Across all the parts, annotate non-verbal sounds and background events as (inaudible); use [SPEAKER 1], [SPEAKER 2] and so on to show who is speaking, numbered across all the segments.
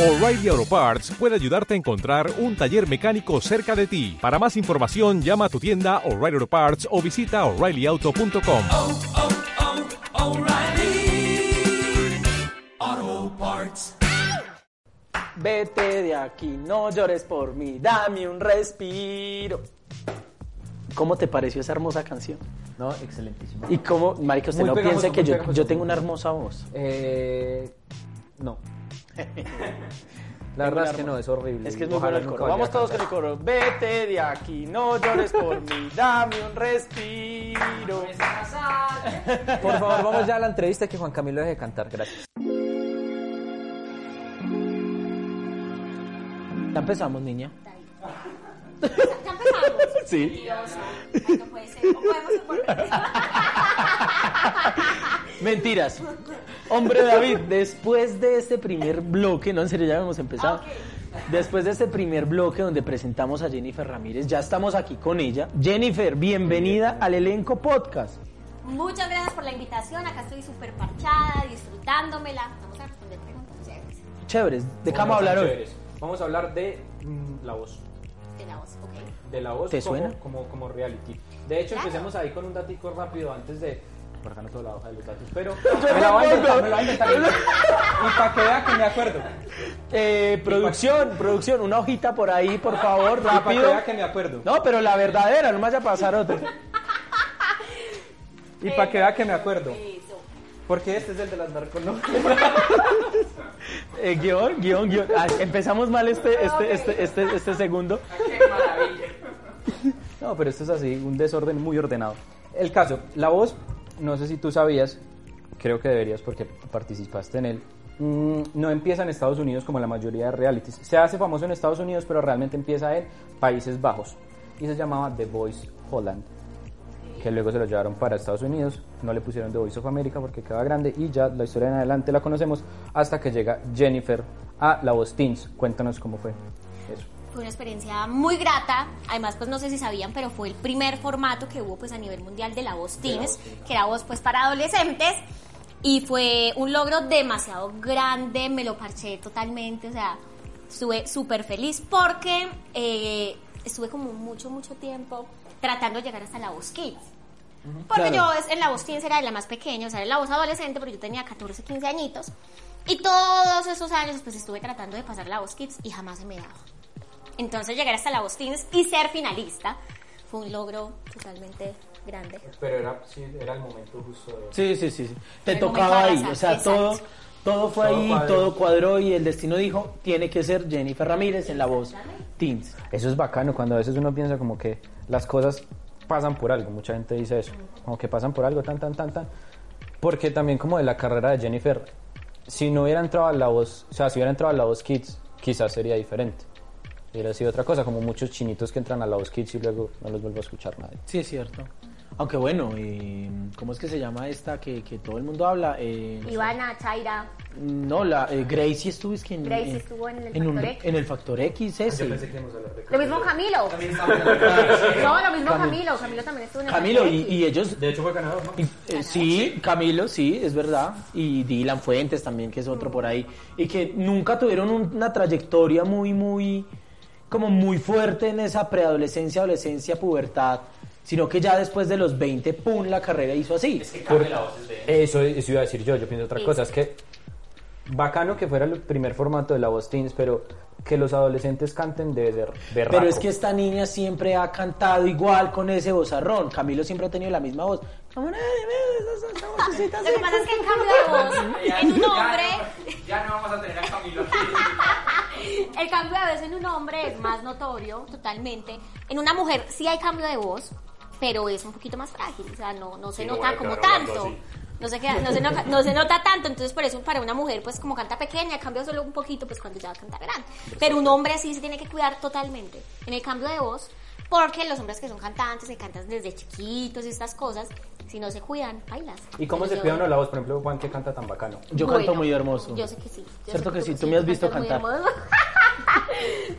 [SPEAKER 1] O'Reilly Auto Parts puede ayudarte a encontrar un taller mecánico cerca de ti. Para más información, llama a tu tienda O'Reilly Auto Parts o visita oreillyauto.com.
[SPEAKER 2] oh, oh, O'Reilly. Auto
[SPEAKER 3] (laughs)
[SPEAKER 2] Parts.
[SPEAKER 3] Vete de aquí, no llores por mí, dame un respiro. ¿Cómo te pareció esa hermosa canción?
[SPEAKER 4] No, excelentísimo.
[SPEAKER 3] Y cómo, marica, usted
[SPEAKER 4] Muy
[SPEAKER 3] no
[SPEAKER 4] pegajoso,
[SPEAKER 3] piense que
[SPEAKER 4] muy
[SPEAKER 3] yo,
[SPEAKER 4] pegajoso.
[SPEAKER 3] yo tengo una hermosa voz.
[SPEAKER 4] Eh,
[SPEAKER 3] (laughs)
[SPEAKER 4] no. La
[SPEAKER 3] Tengo
[SPEAKER 4] verdad
[SPEAKER 3] una
[SPEAKER 4] es que
[SPEAKER 3] hermosa-
[SPEAKER 4] no, es horrible.
[SPEAKER 3] Es que es
[SPEAKER 4] y
[SPEAKER 3] muy
[SPEAKER 4] ojalá
[SPEAKER 3] bueno el
[SPEAKER 4] nunca
[SPEAKER 3] coro.
[SPEAKER 4] vaya a
[SPEAKER 3] Vamos todos con el
[SPEAKER 4] cantar.
[SPEAKER 3] coro. Vete de aquí, no llores por mí, dame un respiro.
[SPEAKER 4] Por favor, vamos ya a la entrevista que Juan Camilo deje de cantar. Gracias.
[SPEAKER 3] Ya empezamos, niña.
[SPEAKER 5] Ya empezamos.
[SPEAKER 3] Sí.
[SPEAKER 5] Dios, ay, no puede ser. O podemos volver.
[SPEAKER 3] Mentiras. Hombre David, después de este primer bloque, no en serio, ya hemos empezado.
[SPEAKER 5] Ah,
[SPEAKER 3] Después de este primer bloque donde presentamos a Jennifer Ramírez, ya estamos aquí con ella. Jennifer, bienvenida al elenco podcast.
[SPEAKER 5] Muchas gracias por la invitación. Acá estoy súper parchada, disfrutándomela. Vamos a responder preguntas chéveres
[SPEAKER 3] Chéveres, ¿de qué vamos a hablar hoy?
[SPEAKER 6] Vamos a hablar de mm, la voz.
[SPEAKER 5] de la voz, ¿ok?
[SPEAKER 6] De la voz
[SPEAKER 3] ¿Te
[SPEAKER 6] como,
[SPEAKER 3] suena?
[SPEAKER 6] Como, como reality. De hecho,
[SPEAKER 5] Claro.
[SPEAKER 6] empecemos ahí con un datico rápido antes de. Por acá no tengo la hoja de los datos, (laughs) pero.
[SPEAKER 3] Me la voy a inventar, me la voy a
[SPEAKER 6] inventar. (laughs) y para que vea que me acuerdo.
[SPEAKER 3] Eh, producción, producción, una hojita por ahí, por favor,
[SPEAKER 6] Ah, Para que
[SPEAKER 3] rápido.
[SPEAKER 6] vea que me acuerdo.
[SPEAKER 3] No, pero la verdadera, no me vaya a pasar otra.
[SPEAKER 6] Y para que vea que me acuerdo.
[SPEAKER 5] Eso.
[SPEAKER 6] Porque este es el de las narcos. ¿no?
[SPEAKER 3] Eh, guión, guión, guión. Ah, empezamos mal este, este, este, este, este segundo.
[SPEAKER 4] No, pero esto es así, un desorden muy ordenado.
[SPEAKER 6] El caso,
[SPEAKER 4] La voz, no sé si tú sabías, creo que deberías porque participaste en él. mm, No empieza en Estados Unidos como la mayoría de realities. Se hace famoso en Estados Unidos, pero realmente empieza en Países Bajos. Y se llamaba The Voice Holland. Que luego se lo llevaron para Estados Unidos. No le pusieron The Voice of America porque quedaba grande. Y ya la historia en adelante la conocemos hasta que llega Jennifer a La Voz Teens. Cuéntanos cómo fue eso.
[SPEAKER 5] Fue una experiencia muy grata. Además, pues no sé si sabían, pero fue el primer formato que hubo pues a nivel mundial de la voz Teens, que era voz pues para adolescentes. Y fue un logro demasiado grande, me lo parché totalmente, o sea, estuve súper feliz porque eh, estuve como mucho, mucho tiempo tratando de llegar hasta la voz Kids. Porque
[SPEAKER 3] Claro.
[SPEAKER 5] yo es- en la voz teen era de la más pequeña, o sea, era la voz adolescente, pero yo tenía 14, 15 añitos. Y todos esos años, pues estuve tratando de pasar la voz kids y jamás se me daba. Entonces, llegar hasta la voz teens y ser finalista fue un logro totalmente grande.
[SPEAKER 6] pero era, sí, era el momento justo de.
[SPEAKER 3] Sí, sí, sí. sí. Te
[SPEAKER 5] El
[SPEAKER 3] tocaba ahí,
[SPEAKER 5] momento
[SPEAKER 3] o sea,
[SPEAKER 5] exacto.
[SPEAKER 3] todo, todo fue
[SPEAKER 6] Todo
[SPEAKER 3] ahí,
[SPEAKER 6] cuadró.
[SPEAKER 3] todo cuadró y el destino dijo, tiene que ser Jennifer Ramírez en la voz Teens.
[SPEAKER 4] Eso es bacano cuando a veces uno piensa como que las cosas pasan por algo. Mucha gente dice eso. Como que pasan por algo, tan, tan, tan, tan. Porque también como de la carrera de Jennifer, si no hubiera entrado a la voz, o sea, si hubiera entrado a la voz Kids, quizás sería diferente. Hubiera sido otra cosa, como muchos chinitos que entran a la voz Kids y luego no los vuelvo a escuchar nadie.
[SPEAKER 3] Sí, es cierto. Aunque bueno, eh, ¿cómo es que se llama esta que, que todo el mundo habla? Eh, no sé.
[SPEAKER 5] Ivana, Chaira,
[SPEAKER 3] No, la eh, Gracie estuvo es que en,
[SPEAKER 5] Gracie
[SPEAKER 3] en-
[SPEAKER 5] estuvo en el
[SPEAKER 3] en un-
[SPEAKER 5] Factor X.
[SPEAKER 3] en el Factor X, ese.
[SPEAKER 5] lo mismo Camilo. No, lo mismo Camilo, Camilo también estuvo en el
[SPEAKER 3] Camilo,
[SPEAKER 5] Factor
[SPEAKER 3] y,
[SPEAKER 5] X.
[SPEAKER 3] y ellos...
[SPEAKER 6] De hecho, fue ganador, ¿no?
[SPEAKER 3] y- eh, sí, Camilo, sí, es verdad. Y Dylan Fuentes también, que es otro por ahí. Y que nunca tuvieron un- una trayectoria muy, muy... Como muy fuerte en esa preadolescencia, adolescencia, pubertad. Sino que ya después de los 20, pum, la carrera hizo así.
[SPEAKER 4] Eso, eso iba a decir yo, yo pienso otra cosa, es que bacano que fuera el primer formato de la voz Teens, pero que los adolescentes canten debe ser berraco.
[SPEAKER 3] Pero es que esta niña siempre ha cantado igual con ese vozarrón. Camilo siempre ha tenido la misma voz. Como, "Ay, mira, esas- esas vocecitas
[SPEAKER 5] Lo que
[SPEAKER 3] así".
[SPEAKER 5] pasa es que el cambio de voz en un hombre,
[SPEAKER 6] Ya no vamos a tener a
[SPEAKER 3] (laughs)
[SPEAKER 6] Camilo
[SPEAKER 5] el cambio de voz en un hombre es más notorio, totalmente. En una mujer sí hay cambio de voz, pero es un poquito más frágil, o sea, no, no se nota como tanto. No se, queda- no, se noca- no se nota tanto, entonces por eso para una mujer pues como canta pequeña, cambia solo un poquito pues cuando ya canta grande. Pero un hombre sí se tiene que cuidar totalmente en el cambio de voz, porque los hombres que son cantantes, que cantan desde chiquitos y estas cosas, si no se cuidan, bailas.
[SPEAKER 4] ¿Y cómo se cuida uno la voz? Por ejemplo, Juan que canta tan bacano.
[SPEAKER 3] Yo canto muy hermoso.
[SPEAKER 5] Yo sé que sí. yo
[SPEAKER 3] ¿Cierto
[SPEAKER 5] sé
[SPEAKER 3] que sí?
[SPEAKER 5] tú-
[SPEAKER 3] Tú me has visto
[SPEAKER 5] cantas muy
[SPEAKER 3] cantar.
[SPEAKER 5] hermoso. (laughs)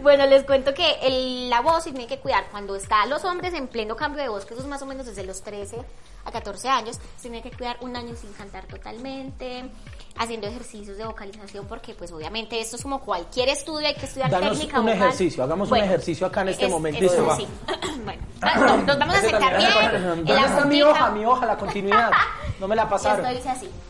[SPEAKER 5] Bueno, les cuento que el- la voz se tiene que cuidar cuando está los hombres en pleno cambio de voz, que eso es más o menos desde los 13 a 14 años, se tiene que cuidar un año sin cantar totalmente, haciendo ejercicios de vocalización, porque pues obviamente esto es como cualquier estudio, hay que estudiar
[SPEAKER 4] Danos
[SPEAKER 5] técnica
[SPEAKER 4] un
[SPEAKER 5] vocal.
[SPEAKER 4] ejercicio, hagamos un ejercicio acá en este momento.
[SPEAKER 5] es-
[SPEAKER 4] Listo, va.
[SPEAKER 5] sí. (laughs) bueno, (coughs) nos,
[SPEAKER 3] (laughs)
[SPEAKER 5] nos vamos a
[SPEAKER 4] (coughs)
[SPEAKER 5] sentar bien. en
[SPEAKER 4] ¿Dónde
[SPEAKER 5] la
[SPEAKER 4] está mi
[SPEAKER 5] fundita.
[SPEAKER 4] hoja? Mi hoja, la continuidad. No me la pasaron.
[SPEAKER 5] Esto dice así.
[SPEAKER 6] (clears throat)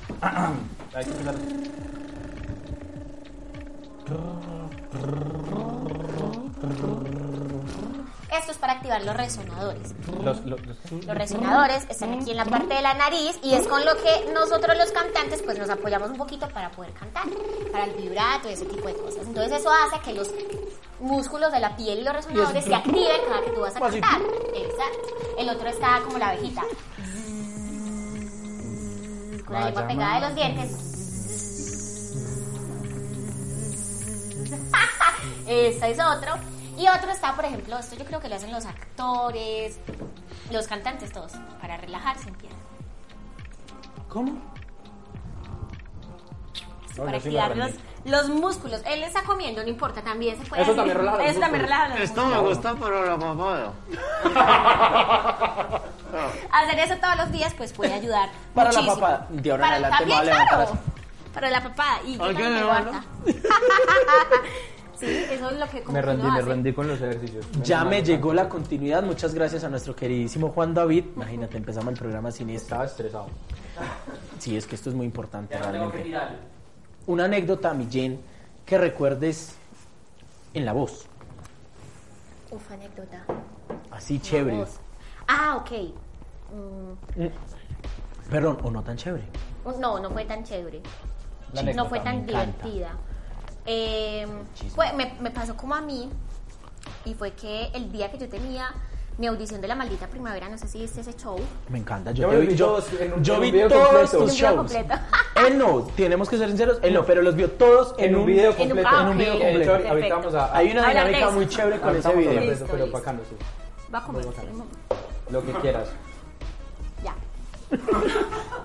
[SPEAKER 5] Esto es para activar los resonadores.
[SPEAKER 6] Los, los- los-
[SPEAKER 5] Los resonadores están aquí en la parte de la nariz y es con lo que nosotros los cantantes pues nos apoyamos un poquito para poder cantar, para el vibrato y ese tipo de cosas. Entonces eso hace que los músculos de la piel y los resonadores se activen cada que tú vas a
[SPEAKER 4] Así.
[SPEAKER 5] cantar. Exacto. El otro está como la abejita. Con la lengua
[SPEAKER 6] Vaya
[SPEAKER 5] pegada de los dientes. (laughs) Este es otro. Y otro está, por ejemplo, esto yo creo que lo hacen los actores, los cantantes todos, para relajarse en pierna.
[SPEAKER 4] ¿Cómo?
[SPEAKER 6] No,
[SPEAKER 5] Pues para
[SPEAKER 6] yo sí me
[SPEAKER 5] activar los,
[SPEAKER 6] rendí.
[SPEAKER 5] los músculos. Él está comiendo, no importa, también se puede.
[SPEAKER 6] Eso
[SPEAKER 5] hacer.
[SPEAKER 6] también relaja los
[SPEAKER 5] Eso también relaja los
[SPEAKER 3] Esto me gusta, pero lo puedo.
[SPEAKER 5] músculos. (laughs) Hacer eso todos los días, pues puede ayudar.
[SPEAKER 4] Para la
[SPEAKER 5] muchísimo.
[SPEAKER 4] papada. De ahora en
[SPEAKER 5] Para-
[SPEAKER 4] adelante me
[SPEAKER 5] también,
[SPEAKER 4] voy a levantar
[SPEAKER 5] claro. Para la papada. Y yo
[SPEAKER 3] Ay, qué
[SPEAKER 5] también tengo
[SPEAKER 3] bueno.
[SPEAKER 5] (laughs) harta. sí, eso es lo que como
[SPEAKER 6] Me
[SPEAKER 5] que
[SPEAKER 6] rendí,
[SPEAKER 5] uno
[SPEAKER 6] me
[SPEAKER 5] hace.
[SPEAKER 6] rendí con los ejercicios.
[SPEAKER 4] Ya me llegó la continuidad. Muchas gracias a nuestro queridísimo Juan David. Imagínate, empezamos el programa sin esta.
[SPEAKER 6] Estaba estresado.
[SPEAKER 4] Sí, es que esto es muy importante realmente. Una anécdota, Millén, que recuerdes en la voz.
[SPEAKER 5] Uf, anécdota.
[SPEAKER 4] Así chévere.
[SPEAKER 5] Vamos. Ah, ok. Mm,
[SPEAKER 4] Perdón, o no tan chévere.
[SPEAKER 5] No, no fue tan chévere. no
[SPEAKER 6] La anécdota,
[SPEAKER 5] fue tan
[SPEAKER 4] me encanta.
[SPEAKER 5] divertida. Eh, fue- me, me pasó como a mí y fue que el día que yo tenía mi audición de la maldita primavera, no sé si viste ese show.
[SPEAKER 4] Me encanta. Yo,
[SPEAKER 6] Yo
[SPEAKER 4] te
[SPEAKER 6] lo
[SPEAKER 4] vi,
[SPEAKER 6] vi
[SPEAKER 4] yo,
[SPEAKER 6] todos en un-
[SPEAKER 4] yo
[SPEAKER 6] en un
[SPEAKER 4] vi
[SPEAKER 6] video
[SPEAKER 4] todos
[SPEAKER 6] completo.
[SPEAKER 4] tus
[SPEAKER 5] En video
[SPEAKER 4] shows.
[SPEAKER 5] completo.
[SPEAKER 4] (laughs) Él no, tenemos que ser sinceros. Él no, pero los vio todos en, un video.
[SPEAKER 5] en un-
[SPEAKER 6] completo.
[SPEAKER 5] ah,
[SPEAKER 6] En un video
[SPEAKER 5] ok.
[SPEAKER 6] completo.
[SPEAKER 5] Perfecto.
[SPEAKER 6] Ahorita vamos a...
[SPEAKER 4] Hay una
[SPEAKER 5] Hablar de
[SPEAKER 4] dinámica
[SPEAKER 5] eso.
[SPEAKER 4] muy chévere con ese
[SPEAKER 6] ahorita vamos a
[SPEAKER 4] video.
[SPEAKER 6] hablar de
[SPEAKER 5] Listo,
[SPEAKER 6] eso, pero
[SPEAKER 5] listo.
[SPEAKER 6] bacano, sí.
[SPEAKER 5] Va a comer. espera un momento.
[SPEAKER 6] Lo que quieras.
[SPEAKER 5] Ya.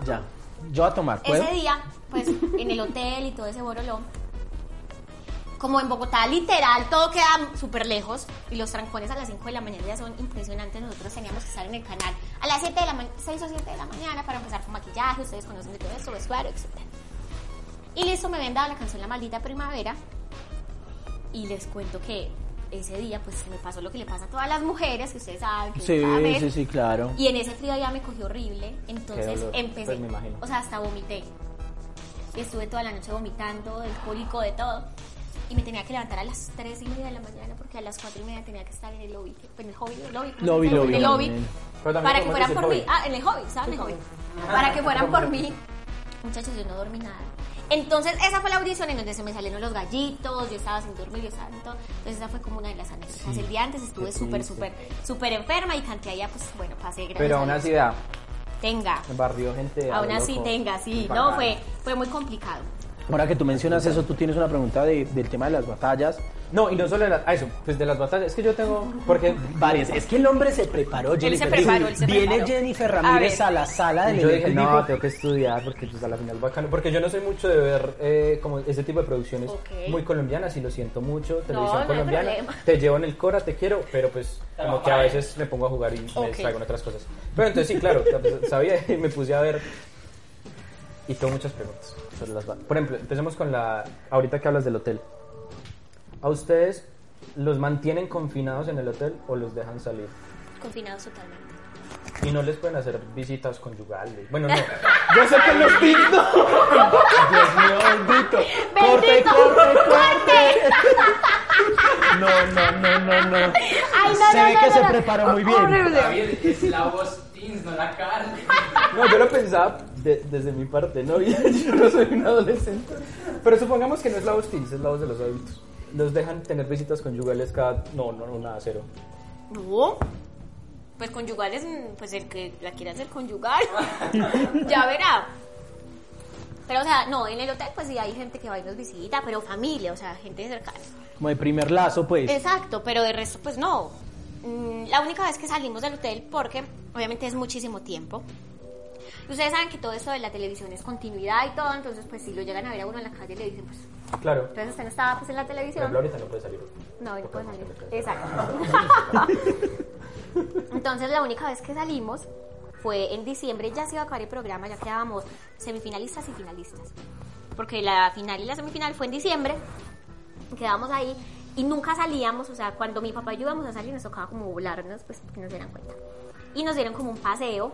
[SPEAKER 4] Ya. Yo a tomar, ¿puedo?
[SPEAKER 5] Ese día, pues en el hotel y todo ese borolón, como en Bogotá, literal, todo queda súper lejos y los trancones a las 5 de la mañana ya son impresionantes. Nosotros teníamos que estar en el canal a las 7 de la mañana, 6 o 7 de la mañana para empezar con maquillaje. Ustedes conocen de todo esto, vestuario, etc. Y listo, me habían dado la canción La Maldita Primavera y les cuento que ese día, pues me pasó lo que le pasa a todas las mujeres, que ustedes saben que
[SPEAKER 4] Sí,
[SPEAKER 5] cada vez-
[SPEAKER 4] sí, sí, claro.
[SPEAKER 5] y en ese frío ya me cogió horrible, entonces
[SPEAKER 6] Qué dolor,
[SPEAKER 5] empecé,
[SPEAKER 6] pues me imagino.
[SPEAKER 5] o sea, hasta vomité. Y estuve toda la noche vomitando, del cólico, de todo. Y me tenía que levantar a las 3 y media de la mañana porque a las 4 y media tenía que estar en el lobby. En el hobby, el lobby. ¿cómo se
[SPEAKER 4] Lobby,
[SPEAKER 5] dice?
[SPEAKER 4] lobby,
[SPEAKER 5] En el lobby.
[SPEAKER 4] lobby.
[SPEAKER 6] Pero también
[SPEAKER 5] Para que
[SPEAKER 6] como
[SPEAKER 5] fueran
[SPEAKER 6] dices,
[SPEAKER 5] por mí.
[SPEAKER 6] hobby.
[SPEAKER 5] Ah, en el hobby, ¿saben? En el hobby. Para que fueran por mí. Muchachos, yo no dormí nada. Entonces, esa fue la audición en donde se me salieron los gallitos, yo estaba sin dormir, yo estaba en todo. Entonces, esa fue como una de las anécdotas. El día antes estuve súper, súper, súper enferma y canté allá, pues bueno, pasé gracias.
[SPEAKER 6] Pero
[SPEAKER 5] a
[SPEAKER 6] aún
[SPEAKER 5] Dios.
[SPEAKER 6] así da.
[SPEAKER 5] Tenga.
[SPEAKER 6] Barrio gente. a
[SPEAKER 5] Aún
[SPEAKER 6] lo
[SPEAKER 5] así,
[SPEAKER 6] loco.
[SPEAKER 5] tenga, sí.
[SPEAKER 6] Bacano.
[SPEAKER 5] No, fue, fue muy complicado.
[SPEAKER 4] Ahora que tú mencionas eso, tú tienes una pregunta de- del tema de las batallas.
[SPEAKER 6] No, y no solo de las... Ah, eso. Pues de las batallas. Es que yo tengo... Porque...
[SPEAKER 4] Varias. Es que el hombre se preparó, Jennifer.
[SPEAKER 5] se preparó, él se
[SPEAKER 4] Viene
[SPEAKER 5] preparó.
[SPEAKER 4] Jennifer
[SPEAKER 5] A
[SPEAKER 4] Ramírez
[SPEAKER 5] ver.
[SPEAKER 4] a, la sala de
[SPEAKER 6] Y yo dije,
[SPEAKER 4] elenco y
[SPEAKER 6] no,
[SPEAKER 4] dijo,
[SPEAKER 6] tengo que estudiar porque pues a la final bacano. Porque yo no soy mucho de ver eh, como ese tipo de producciones
[SPEAKER 5] Ok.
[SPEAKER 6] muy colombianas y lo siento mucho. Televisión
[SPEAKER 5] no hay
[SPEAKER 6] colombiana.
[SPEAKER 5] problema.
[SPEAKER 6] te llevo en el Cora, te quiero, pero pues como que a veces me pongo a jugar y me
[SPEAKER 5] Ok.
[SPEAKER 6] salgo en otras cosas. Pero entonces sí, claro, pues, sabía y me puse a ver. Y tengo muchas preguntas sobre las bandas. Por ejemplo, empecemos con la... Ahorita que hablas del hotel. ¿A ustedes los mantienen confinados en el hotel o los dejan salir?
[SPEAKER 5] Confinados totalmente.
[SPEAKER 6] Y no les pueden hacer visitas conyugales. Bueno, no. Yo sé que los pinto. Dios mío, bendito.
[SPEAKER 5] ¡Corte, corte, corte!
[SPEAKER 6] No, no, no, no, no.
[SPEAKER 5] ¡Ay, no,
[SPEAKER 4] Se
[SPEAKER 5] no,
[SPEAKER 4] ve
[SPEAKER 5] no,
[SPEAKER 4] que
[SPEAKER 5] no,
[SPEAKER 4] se
[SPEAKER 5] no.
[SPEAKER 4] preparó muy bien.
[SPEAKER 5] Horrible.
[SPEAKER 7] es la voz Teens, no la carne.
[SPEAKER 6] No, yo lo pensaba de- desde mi parte, ¿no? (laughs) Yo, yo no soy un adolescente. Pero supongamos que no es la voz teens, es la voz de los adultos. Los dejan tener visitas conyugales cada... No, no, no, nada, cero.
[SPEAKER 5] No. Pues conyugal es, mm, pues el que la quiera hacer conyugal. (laughs) ya verá. Pero, o sea, no, en el hotel, pues sí hay gente que va y nos visita, pero familia, o sea, gente cercana.
[SPEAKER 4] como de primer lazo, pues.
[SPEAKER 5] Exacto, pero de resto, pues no. Mm, La única vez que salimos del hotel, porque obviamente es muchísimo tiempo, Ustedes saben que todo eso de la televisión es continuidad y todo, entonces pues si lo llegan a ver a uno en la calle le dicen pues,
[SPEAKER 6] Claro.
[SPEAKER 5] entonces usted no estaba pues en la televisión.
[SPEAKER 6] ahorita no puede salir.
[SPEAKER 5] No, no puedo salir. Exacto. (laughs) Entonces la única vez que salimos fue en diciembre, ya se iba a acabar el programa, ya quedábamos semifinalistas y finalistas. Porque la final y la semifinal fue en diciembre, quedábamos ahí y nunca salíamos, o sea, cuando mi papá y yo íbamos a salir nos tocaba como volarnos, pues que nos dieran cuenta. Y nos dieron como un paseo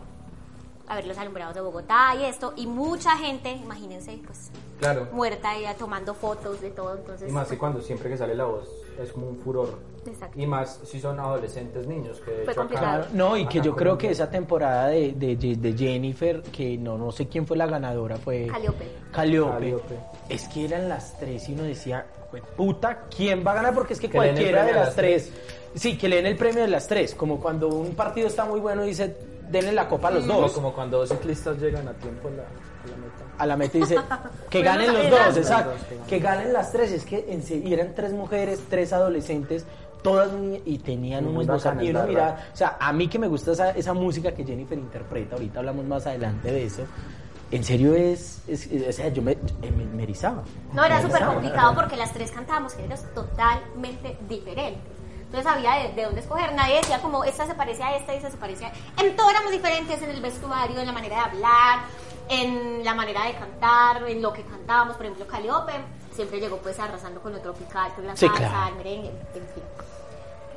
[SPEAKER 5] a ver los alumbrados de Bogotá y esto, y mucha gente, imagínense, pues
[SPEAKER 6] Claro.
[SPEAKER 5] muerta y tomando fotos de todo, entonces...
[SPEAKER 6] Y más que cuando siempre que sale la voz es como un furor.
[SPEAKER 5] Exacto.
[SPEAKER 6] Y más si son adolescentes, niños, que de
[SPEAKER 5] Fue
[SPEAKER 6] hecho acá-
[SPEAKER 5] complicado.
[SPEAKER 3] No, y
[SPEAKER 6] acá
[SPEAKER 3] que
[SPEAKER 6] en
[SPEAKER 3] yo creo
[SPEAKER 6] Colombia-
[SPEAKER 3] que esa temporada de, de- de- de Jennifer, que no, no sé quién fue la ganadora, fue...
[SPEAKER 5] Caliope.
[SPEAKER 3] Caliope.
[SPEAKER 6] Caliope.
[SPEAKER 3] Es que eran las tres y uno decía, "Jue puta, ¿quién va a ganar? Porque es que
[SPEAKER 6] Que le den el
[SPEAKER 3] cualquiera de
[SPEAKER 6] premio a
[SPEAKER 3] las,
[SPEAKER 6] las
[SPEAKER 3] tres... Sí, que le den el premio de las tres. Como cuando un partido está muy bueno y dice, denle la copa a los
[SPEAKER 6] O
[SPEAKER 3] dos.
[SPEAKER 6] como cuando dos ciclistas llegan a tiempo a la, a la meta.
[SPEAKER 3] a la meta y dice que
[SPEAKER 5] Fuimos
[SPEAKER 3] ganen los
[SPEAKER 5] adelante.
[SPEAKER 3] dos, exacto, que ganen las tres, es que en serio, y eran tres mujeres, tres adolescentes, todas ni- y tenían
[SPEAKER 6] Y muy
[SPEAKER 3] unos
[SPEAKER 6] bacanas,
[SPEAKER 3] bozal y una
[SPEAKER 6] la
[SPEAKER 3] mirada,
[SPEAKER 6] verdad.
[SPEAKER 3] o sea, a mí que me gusta esa, esa música que Jennifer interpreta, ahorita hablamos más adelante de eso, en serio es, es- es- o sea, yo me, eh, me, me erizaba.
[SPEAKER 5] No, era
[SPEAKER 3] Me
[SPEAKER 5] súper
[SPEAKER 3] erizaba.
[SPEAKER 5] complicado porque las tres cantábamos géneros totalmente diferentes. Entonces había de, de dónde escoger. Nadie decía como, esta se parece a esta y esta se parece a... En todo éramos diferentes, en el vestuario, en la manera de hablar, en la manera de cantar, en lo que cantábamos. Por ejemplo, Caliope siempre llegó pues arrasando con lo tropical, con la
[SPEAKER 3] Sí,
[SPEAKER 5] salsa,
[SPEAKER 3] claro.
[SPEAKER 5] el merengue, en fin.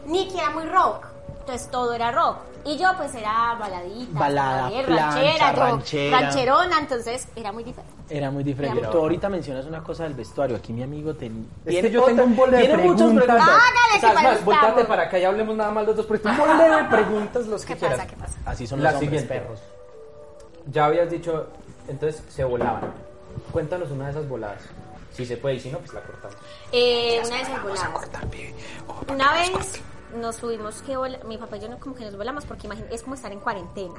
[SPEAKER 5] Nicky era muy rock, entonces todo era rock. Y yo pues era baladita,
[SPEAKER 3] Balada,
[SPEAKER 5] ranchera,
[SPEAKER 3] plancha,
[SPEAKER 5] yo
[SPEAKER 3] ranchera.
[SPEAKER 5] rancherona, entonces era muy diferente.
[SPEAKER 3] Era muy diferente.
[SPEAKER 5] Era muy-
[SPEAKER 3] Tú ahorita mencionas una cosa del vestuario. Aquí mi amigo ten...
[SPEAKER 6] Es
[SPEAKER 3] tiene
[SPEAKER 6] que yo tengo un bol de
[SPEAKER 3] tiene muchas
[SPEAKER 6] preguntas.
[SPEAKER 5] Hágale,
[SPEAKER 6] O sea,
[SPEAKER 5] Ah, que
[SPEAKER 6] es
[SPEAKER 5] para
[SPEAKER 6] más,
[SPEAKER 5] eso
[SPEAKER 6] volteate
[SPEAKER 5] estamos.
[SPEAKER 6] para acá y hablemos nada más los dos, porque un bol de
[SPEAKER 5] (laughs)
[SPEAKER 6] preguntas los que
[SPEAKER 5] ¿Qué pasa?
[SPEAKER 6] quieras.
[SPEAKER 5] ¿Qué pasa?
[SPEAKER 3] Así son
[SPEAKER 6] La
[SPEAKER 3] los hombres
[SPEAKER 6] siguiente.
[SPEAKER 3] perros.
[SPEAKER 6] Ya habías dicho, entonces se volaban. Cuéntanos una de esas voladas. Si se puede, y si no, pues la cortamos.
[SPEAKER 5] Eh, una vez volamos. Una vez nos subimos que vola- mi papá y yo no- como que nos volamos porque imagín- es como estar en cuarentena.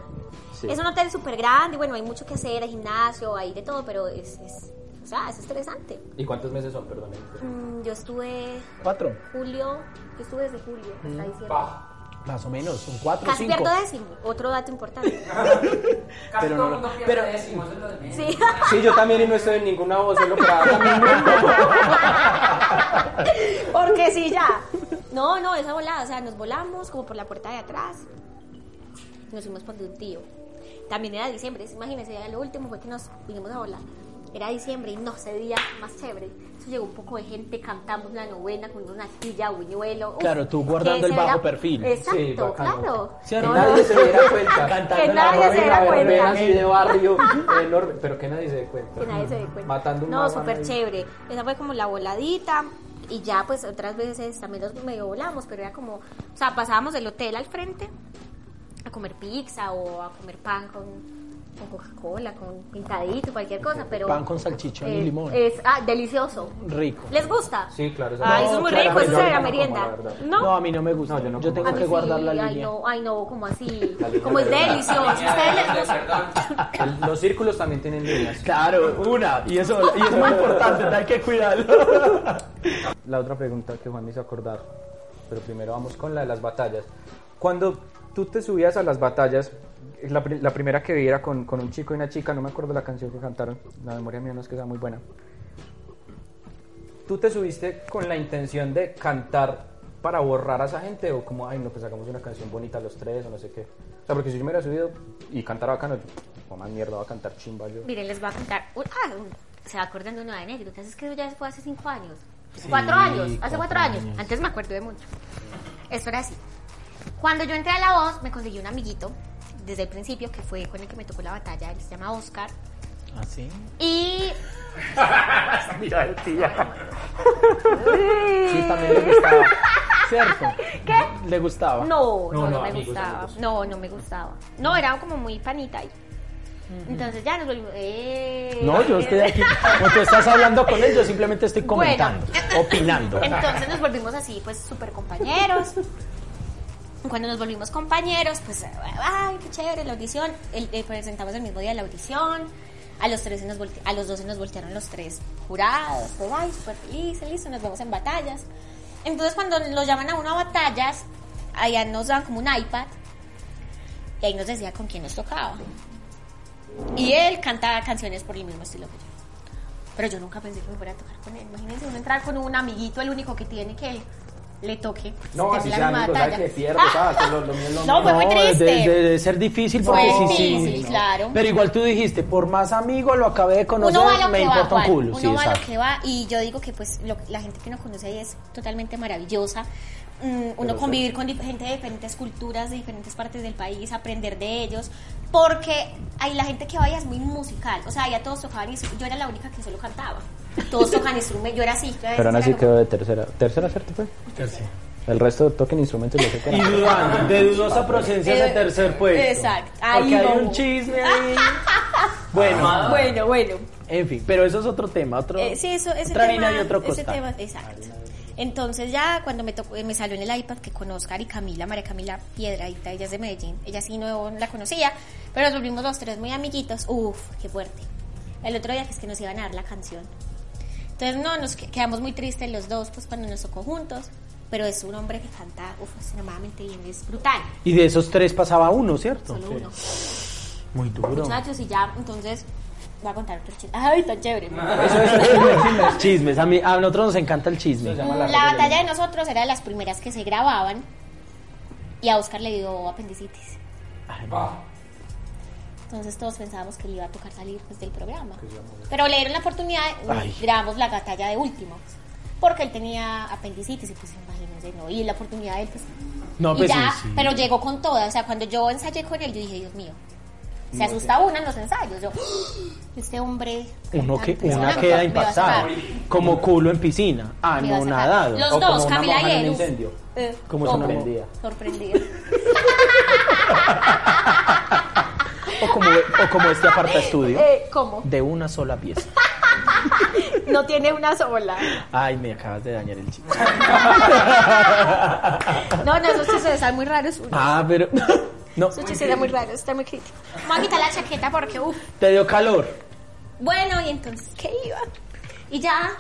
[SPEAKER 6] Sí.
[SPEAKER 5] Es un hotel súper grande, bueno, hay mucho que hacer, hay gimnasio, hay de todo, pero es, es- o sea, es estresante.
[SPEAKER 6] ¿Y cuántos meses son? Perdón. eh. ahí.
[SPEAKER 5] Mm, Yo estuve
[SPEAKER 3] Cuatro,
[SPEAKER 5] julio, yo estuve desde julio hasta diciembre.
[SPEAKER 6] Pa.
[SPEAKER 3] más o menos, son cuatro,
[SPEAKER 5] Casi
[SPEAKER 3] cinco.
[SPEAKER 5] pierdo décimo, otro dato importante.
[SPEAKER 7] Casi
[SPEAKER 3] Pero
[SPEAKER 7] todo el
[SPEAKER 3] no-
[SPEAKER 7] mundo pierde
[SPEAKER 3] pero-
[SPEAKER 7] décimos, eso es lo de menos.
[SPEAKER 5] Sí.
[SPEAKER 6] Sí, yo también y no estoy en ninguna voz, solo para
[SPEAKER 5] (laughs) Porque sí, ya. No, no, esa volada. O sea, nos volamos como por la puerta de atrás. Nos fuimos por un tío. También era diciembre. Imagínense, ya lo último fue que nos vinimos a volar. Era diciembre y no, ese día más chévere. Eso llegó un poco de gente, cantamos la novena con una natilla, buñuelo. Uf,
[SPEAKER 3] Claro, tú guardando
[SPEAKER 5] que
[SPEAKER 3] el
[SPEAKER 5] se
[SPEAKER 3] bajo perfil.
[SPEAKER 5] Exacto,
[SPEAKER 6] Sí, bacano.
[SPEAKER 5] claro.
[SPEAKER 3] Sí,
[SPEAKER 5] No,
[SPEAKER 6] nadie
[SPEAKER 5] no.
[SPEAKER 6] se diera cuenta.
[SPEAKER 3] (laughs) Cantando
[SPEAKER 5] Que
[SPEAKER 3] en la
[SPEAKER 5] nadie se
[SPEAKER 3] rabia,
[SPEAKER 5] diera
[SPEAKER 6] Una verbena
[SPEAKER 5] cuenta.
[SPEAKER 6] así
[SPEAKER 5] (laughs)
[SPEAKER 6] de barrio enorme, pero que nadie se dé cuenta.
[SPEAKER 5] que Pues nadie se dé cuenta.
[SPEAKER 6] Matando un
[SPEAKER 5] No, súper chévere. Esa fue como la voladita. Y ya, pues otras veces también los medio volamos, pero era como, o sea, pasábamos del hotel al frente a comer pizza o a comer pan con, con Coca-Cola, con pintadito, cualquier cosa, pero...
[SPEAKER 3] Pan con salchichón y
[SPEAKER 5] eh,
[SPEAKER 3] limón.
[SPEAKER 5] Es ah, delicioso.
[SPEAKER 3] (laughs) Rico.
[SPEAKER 5] ¿Les gusta?
[SPEAKER 6] Sí, claro, eso
[SPEAKER 5] Ah,
[SPEAKER 6] no,
[SPEAKER 5] eso es muy
[SPEAKER 6] claro,
[SPEAKER 5] rico, eso
[SPEAKER 6] yo
[SPEAKER 5] es la
[SPEAKER 6] no como, la
[SPEAKER 5] merienda.
[SPEAKER 6] verdad.
[SPEAKER 5] No,
[SPEAKER 3] a mí no me gusta.
[SPEAKER 6] No, yo no
[SPEAKER 3] yo
[SPEAKER 6] como
[SPEAKER 3] tengo
[SPEAKER 5] A mí
[SPEAKER 3] que guardar
[SPEAKER 5] sí,
[SPEAKER 3] la
[SPEAKER 5] ay,
[SPEAKER 3] línea.
[SPEAKER 5] no, ay, no, como así,
[SPEAKER 6] La línea
[SPEAKER 5] como es
[SPEAKER 6] de verdad.
[SPEAKER 5] delicioso. ¿A ustedes les gusta?
[SPEAKER 7] Perdón.
[SPEAKER 6] El- Los círculos también tienen líneas.
[SPEAKER 3] Claro, una. Y eso y es muy importante, hay que cuidarlo.
[SPEAKER 6] La otra pregunta que Juan me hizo acordar, pero primero vamos con la de las batallas. Cuando tú te subías a las batallas, la, pri- la primera que vi era con, con un chico y una chica, no me acuerdo la canción que cantaron, la memoria mía no es que sea muy buena. ¿Tú te subiste con la intención de cantar para borrar a esa gente o como, ay, no, pues hagamos una canción bonita los tres o no sé qué? O sea, porque si yo me hubiera subido y cantara bacano, yo, oh, más mierda, va a cantar chimba yo.
[SPEAKER 5] Miren, les voy a contar. un- ah, un- se va acordando una anécdota. Es que eso ya fue hace cinco años. cuatro años. Hace cuatro años. Antes me acuerdo de mucho. Esto era así. Cuando yo entré a la voz, me conseguí un amiguito desde el principio que fue con el que me tocó la batalla. Él se llama Oscar.
[SPEAKER 3] ¿Así?
[SPEAKER 5] Y
[SPEAKER 6] Sí, también le gustaba.
[SPEAKER 3] ¿Cierto?
[SPEAKER 5] ¿Qué?
[SPEAKER 3] ¿Le gustaba?
[SPEAKER 5] No,
[SPEAKER 6] No,
[SPEAKER 5] no, no,
[SPEAKER 6] no,
[SPEAKER 5] me
[SPEAKER 6] amigos,
[SPEAKER 5] gustaba.
[SPEAKER 6] amigos.
[SPEAKER 5] No, no me gustaba. No, era como muy panita. ahí. Entonces ya nos volvimos. ¡Eh!
[SPEAKER 3] No, yo estoy aquí. No tú estás hablando con él, yo simplemente estoy comentando,
[SPEAKER 5] Bueno.
[SPEAKER 3] opinando.
[SPEAKER 5] Entonces nos volvimos así, pues súper compañeros. Cuando nos volvimos compañeros, pues, ay, qué chévere la audición. El- eh, presentamos el mismo día la audición. A los, tres se nos volte- a los 12 nos voltearon los tres jurados. Pues, ay, súper feliz, listo, nos vemos en batallas. Entonces, cuando los llaman a uno a batallas, allá nos dan como un iPad. Y ahí nos decía con quién nos tocaba. Y él canta canciones por el mismo estilo que yo. Pero yo nunca pensé que me fuera a tocar con él. Imagínense uno entrar con un amiguito, el único que tiene que le toque.
[SPEAKER 6] No,
[SPEAKER 5] tener
[SPEAKER 6] así
[SPEAKER 5] la
[SPEAKER 6] sea
[SPEAKER 5] misma
[SPEAKER 6] amigo,
[SPEAKER 5] batalla.
[SPEAKER 6] ¿sabes? Que pierdo, ¿sabes? Que lo- lo mío es lo
[SPEAKER 5] (laughs) No, fue muy triste.
[SPEAKER 3] Debe, debe ser difícil
[SPEAKER 5] Fue
[SPEAKER 3] porque sí, sí.
[SPEAKER 5] difícil, claro.
[SPEAKER 3] Pero igual tú dijiste, por más amigo lo acabé de conocer,
[SPEAKER 5] uno va a lo
[SPEAKER 3] me
[SPEAKER 5] que va,
[SPEAKER 3] importa un
[SPEAKER 5] Juan.
[SPEAKER 3] culo.
[SPEAKER 5] Uno
[SPEAKER 3] sí,
[SPEAKER 5] va a lo
[SPEAKER 3] exacto.
[SPEAKER 5] que va y yo digo que pues lo- la gente que uno conoce ahí es totalmente maravillosa. Mm, uno convivir con dif- gente de diferentes culturas, de diferentes partes del país, aprender de ellos, porque ahí la gente que vaya es muy musical. O sea, ya todos tocaban instrumentos. Yo era la única que solo cantaba. Todos tocan instrumentos. Yo era así. yo era
[SPEAKER 4] Pero aún así
[SPEAKER 5] claro.
[SPEAKER 4] quedó de tercera. ¿Tercera cierto fue? El resto toquen instrumentos y lo que
[SPEAKER 3] Y
[SPEAKER 4] quieran.
[SPEAKER 3] dudando, de dudosa procedencia
[SPEAKER 5] Eh,
[SPEAKER 3] de tercer puesto.
[SPEAKER 5] exacto. Ahí
[SPEAKER 3] Porque hay
[SPEAKER 5] vamos.
[SPEAKER 3] un chisme ahí.
[SPEAKER 5] (laughs)
[SPEAKER 3] bueno,
[SPEAKER 5] Bueno, bueno.
[SPEAKER 3] en fin, pero eso es otro tema, otro.
[SPEAKER 5] Eh, sí, eso, ese
[SPEAKER 3] otra
[SPEAKER 5] tema,
[SPEAKER 3] harina y otro
[SPEAKER 5] ese
[SPEAKER 3] costal.
[SPEAKER 5] tema, exacto. Entonces ya cuando me, tocó, eh, me salió en el iPad que con Oscar y Camila, María Camila Piedradita, ella es de Medellín, ella sí no la conocía, pero nos volvimos los tres muy amiguitos, uff, qué fuerte. El otro día que es que nos iban a dar la canción. Entonces no, nos que- quedamos muy tristes los dos pues cuando nos tocó juntos, pero es un hombre que canta, uff, extremadamente bien, es brutal,
[SPEAKER 3] Y de esos tres pasaba uno, ¿cierto?
[SPEAKER 5] solo uno.
[SPEAKER 3] Muy duro.
[SPEAKER 5] Muchachos y ya, entonces voy a contar otro chiste. Ay, tan chévere.
[SPEAKER 3] (laughs) Eso es chismes, (laughs) chismes. A, mí, a nosotros nos encanta el chisme.
[SPEAKER 5] Mm, La batalla de nosotros era de las primeras que se grababan y a Oscar le dio apendicitis. Entonces todos pensábamos que le iba a tocar salir pues, del programa. Pero le dieron la oportunidad
[SPEAKER 3] Ay.
[SPEAKER 5] y grabamos la batalla de último. Porque él tenía apendicitis y pues imagínense, no. Y la oportunidad de él, pues.
[SPEAKER 3] No,
[SPEAKER 5] y
[SPEAKER 3] pues,
[SPEAKER 5] ya,
[SPEAKER 3] sí, sí.
[SPEAKER 5] pero llegó con toda. O sea, cuando yo ensayé con él, yo dije, Dios mío. Se asusta una en los ensayos. Yo, este hombre.
[SPEAKER 3] Uno que,
[SPEAKER 5] cantante,
[SPEAKER 3] una
[SPEAKER 5] sonando, me va
[SPEAKER 3] queda
[SPEAKER 5] a
[SPEAKER 3] impactada.
[SPEAKER 5] sacar.
[SPEAKER 3] Como culo en piscina. Ah,
[SPEAKER 5] Me va a
[SPEAKER 3] no,
[SPEAKER 5] sacar.
[SPEAKER 3] nadado.
[SPEAKER 5] Los
[SPEAKER 4] O como
[SPEAKER 5] dos,
[SPEAKER 4] una
[SPEAKER 5] Camila
[SPEAKER 4] moja en
[SPEAKER 5] y
[SPEAKER 4] un
[SPEAKER 5] él.
[SPEAKER 4] incendio.
[SPEAKER 5] Eh,
[SPEAKER 3] Como
[SPEAKER 5] ¿cómo?
[SPEAKER 3] sorprendida.
[SPEAKER 5] Sorprendida.
[SPEAKER 3] O como, o como
[SPEAKER 5] (laughs)
[SPEAKER 3] este aparta estudio.
[SPEAKER 5] Eh, ¿Cómo?
[SPEAKER 3] De una sola pieza.
[SPEAKER 5] (laughs) No tiene una sola.
[SPEAKER 3] Ay, me acabas de dañar el chiste.
[SPEAKER 5] No, no, esos chistes están muy raros.
[SPEAKER 3] Ah, pero. (laughs) No,
[SPEAKER 5] Esos chistes están muy raros, están muy críticos. Vamos a quitar la chaqueta porque, uff.
[SPEAKER 3] (laughs) te dio calor.
[SPEAKER 5] Bueno, y entonces, ¿qué iba? Y ya,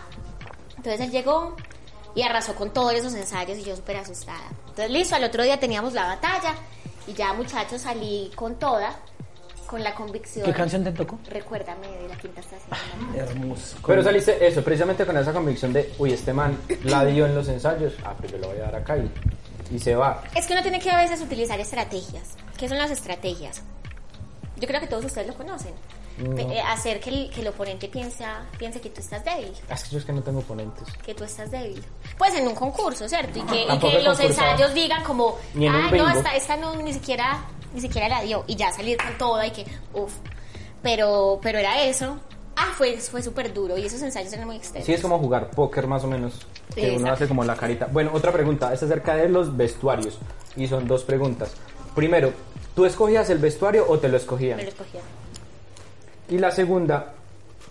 [SPEAKER 5] entonces él llegó y arrasó con todos esos ensayos y yo súper asustada. Entonces, listo, al otro día teníamos la batalla y ya, muchachos, salí con toda, con la convicción.
[SPEAKER 3] ¿Qué canción te tocó?
[SPEAKER 5] Recuérdame de la quinta estación.
[SPEAKER 3] Hermoso.
[SPEAKER 4] Pero saliste eso, precisamente con esa convicción de, uy, este man la dio en los ensayos. Ah, pues yo lo voy a dar acá y, y se va.
[SPEAKER 5] Es que uno tiene que a veces utilizar estrategias. ¿Qué son las estrategias? Yo creo que todos ustedes lo conocen. Pe- eh, hacer que el, que el oponente piensa, piense que tú estás débil,
[SPEAKER 4] Ah, Es que yo es que no tengo ponentes.
[SPEAKER 5] que tú estás débil. Pues en un concurso, ¿cierto? Y que, y
[SPEAKER 4] Tampoco
[SPEAKER 5] que
[SPEAKER 4] he
[SPEAKER 5] los
[SPEAKER 4] concursado.
[SPEAKER 5] ensayos digan como,
[SPEAKER 4] Ni en un
[SPEAKER 5] ay, no,
[SPEAKER 4] bingo".
[SPEAKER 5] esta, esta no, ni siquiera, ni siquiera la dio. Y ya salir con toda y que, uff. Pero, pero era eso. Ah, fue, fue súper duro y esos ensayos eran muy extensos.
[SPEAKER 4] Sí, es como jugar póker más o menos, que uno
[SPEAKER 5] Exacto.
[SPEAKER 4] hace como la carita. Bueno, otra pregunta, es acerca de los vestuarios. Y son dos preguntas. Primero, ¿tú escogías el vestuario o te lo escogían?
[SPEAKER 5] Me lo escogía.
[SPEAKER 4] Y la segunda,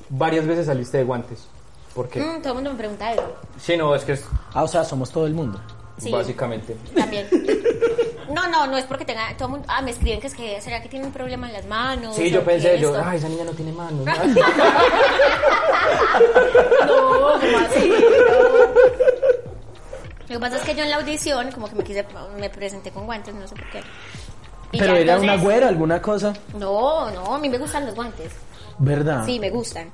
[SPEAKER 4] varias veces saliste de guantes. ¿Por qué?
[SPEAKER 5] Mm, todo el mundo me pregunta eso.
[SPEAKER 4] Sí, no, es que es
[SPEAKER 3] Ah, o sea, somos todo el mundo.
[SPEAKER 5] Sí.
[SPEAKER 4] básicamente...
[SPEAKER 5] También. No, no, no es porque tenga. Todo el mundo, ah, me escriben que es que. ¿Será que tiene un problema en las manos?
[SPEAKER 4] Sí, yo
[SPEAKER 5] ¿O
[SPEAKER 4] pensé,
[SPEAKER 5] qué
[SPEAKER 4] yo,
[SPEAKER 5] esto?
[SPEAKER 4] ay, esa niña no tiene manos.
[SPEAKER 5] No, ¿cómo así? No. Lo que pasa es que yo en la audición, como que me quise. Me presenté con guantes, no sé por qué. Y
[SPEAKER 3] Pero
[SPEAKER 5] ya,
[SPEAKER 3] era una
[SPEAKER 5] entonces-
[SPEAKER 3] güera, alguna cosa.
[SPEAKER 5] No, no, a mí me gustan los guantes.
[SPEAKER 3] ¿Verdad?
[SPEAKER 5] Sí, me gustan.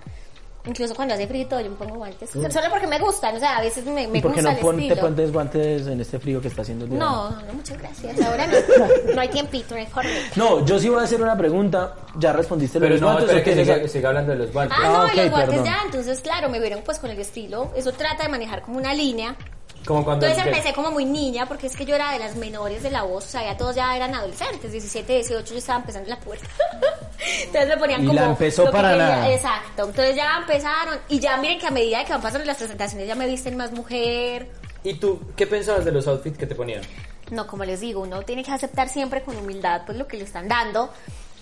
[SPEAKER 5] Incluso cuando hace frito yo me pongo guantes. Solo porque me gustan, o sea, a veces me, me
[SPEAKER 3] Mm. ¿Y por qué
[SPEAKER 5] gusta
[SPEAKER 3] no
[SPEAKER 5] el
[SPEAKER 3] pon- te
[SPEAKER 5] estilo.
[SPEAKER 3] pones guantes en este frío que está haciendo el día?
[SPEAKER 5] No, no, muchas gracias. Ahora no, no hay tiempito, no hay forma.
[SPEAKER 3] No, yo sí voy a hacer una pregunta. Ya respondiste lo de
[SPEAKER 4] Pero
[SPEAKER 3] los
[SPEAKER 4] no,
[SPEAKER 3] guantes.
[SPEAKER 4] pero
[SPEAKER 3] ¿o
[SPEAKER 4] es que
[SPEAKER 3] tienes
[SPEAKER 4] sigue,
[SPEAKER 3] algo?
[SPEAKER 4] sigue hablando de los guantes.
[SPEAKER 5] Ah, no,
[SPEAKER 3] Ah,
[SPEAKER 5] y
[SPEAKER 3] ok,
[SPEAKER 5] los guantes
[SPEAKER 3] perdón.
[SPEAKER 5] ya, entonces claro, me vieron pues con el estilo, eso trata de manejar como una línea.
[SPEAKER 4] Como cuando
[SPEAKER 5] Entonces empecé como muy niña porque es que yo era de las menores de la voz, o sea, ya todos ya eran adolescentes, 17, 18, yo estaba empezando en la puerta. (laughs) Entonces me ponían
[SPEAKER 3] Y
[SPEAKER 5] como
[SPEAKER 3] la empezó
[SPEAKER 5] lo que
[SPEAKER 3] para nada.
[SPEAKER 5] Exacto. Entonces ya empezaron y ya miren que a medida de que van pasando las presentaciones ya me visten más mujer.
[SPEAKER 4] ¿Y tú qué pensabas de los outfits que te ponían?
[SPEAKER 5] No, como les digo, uno tiene que aceptar siempre con humildad pues lo que le están dando.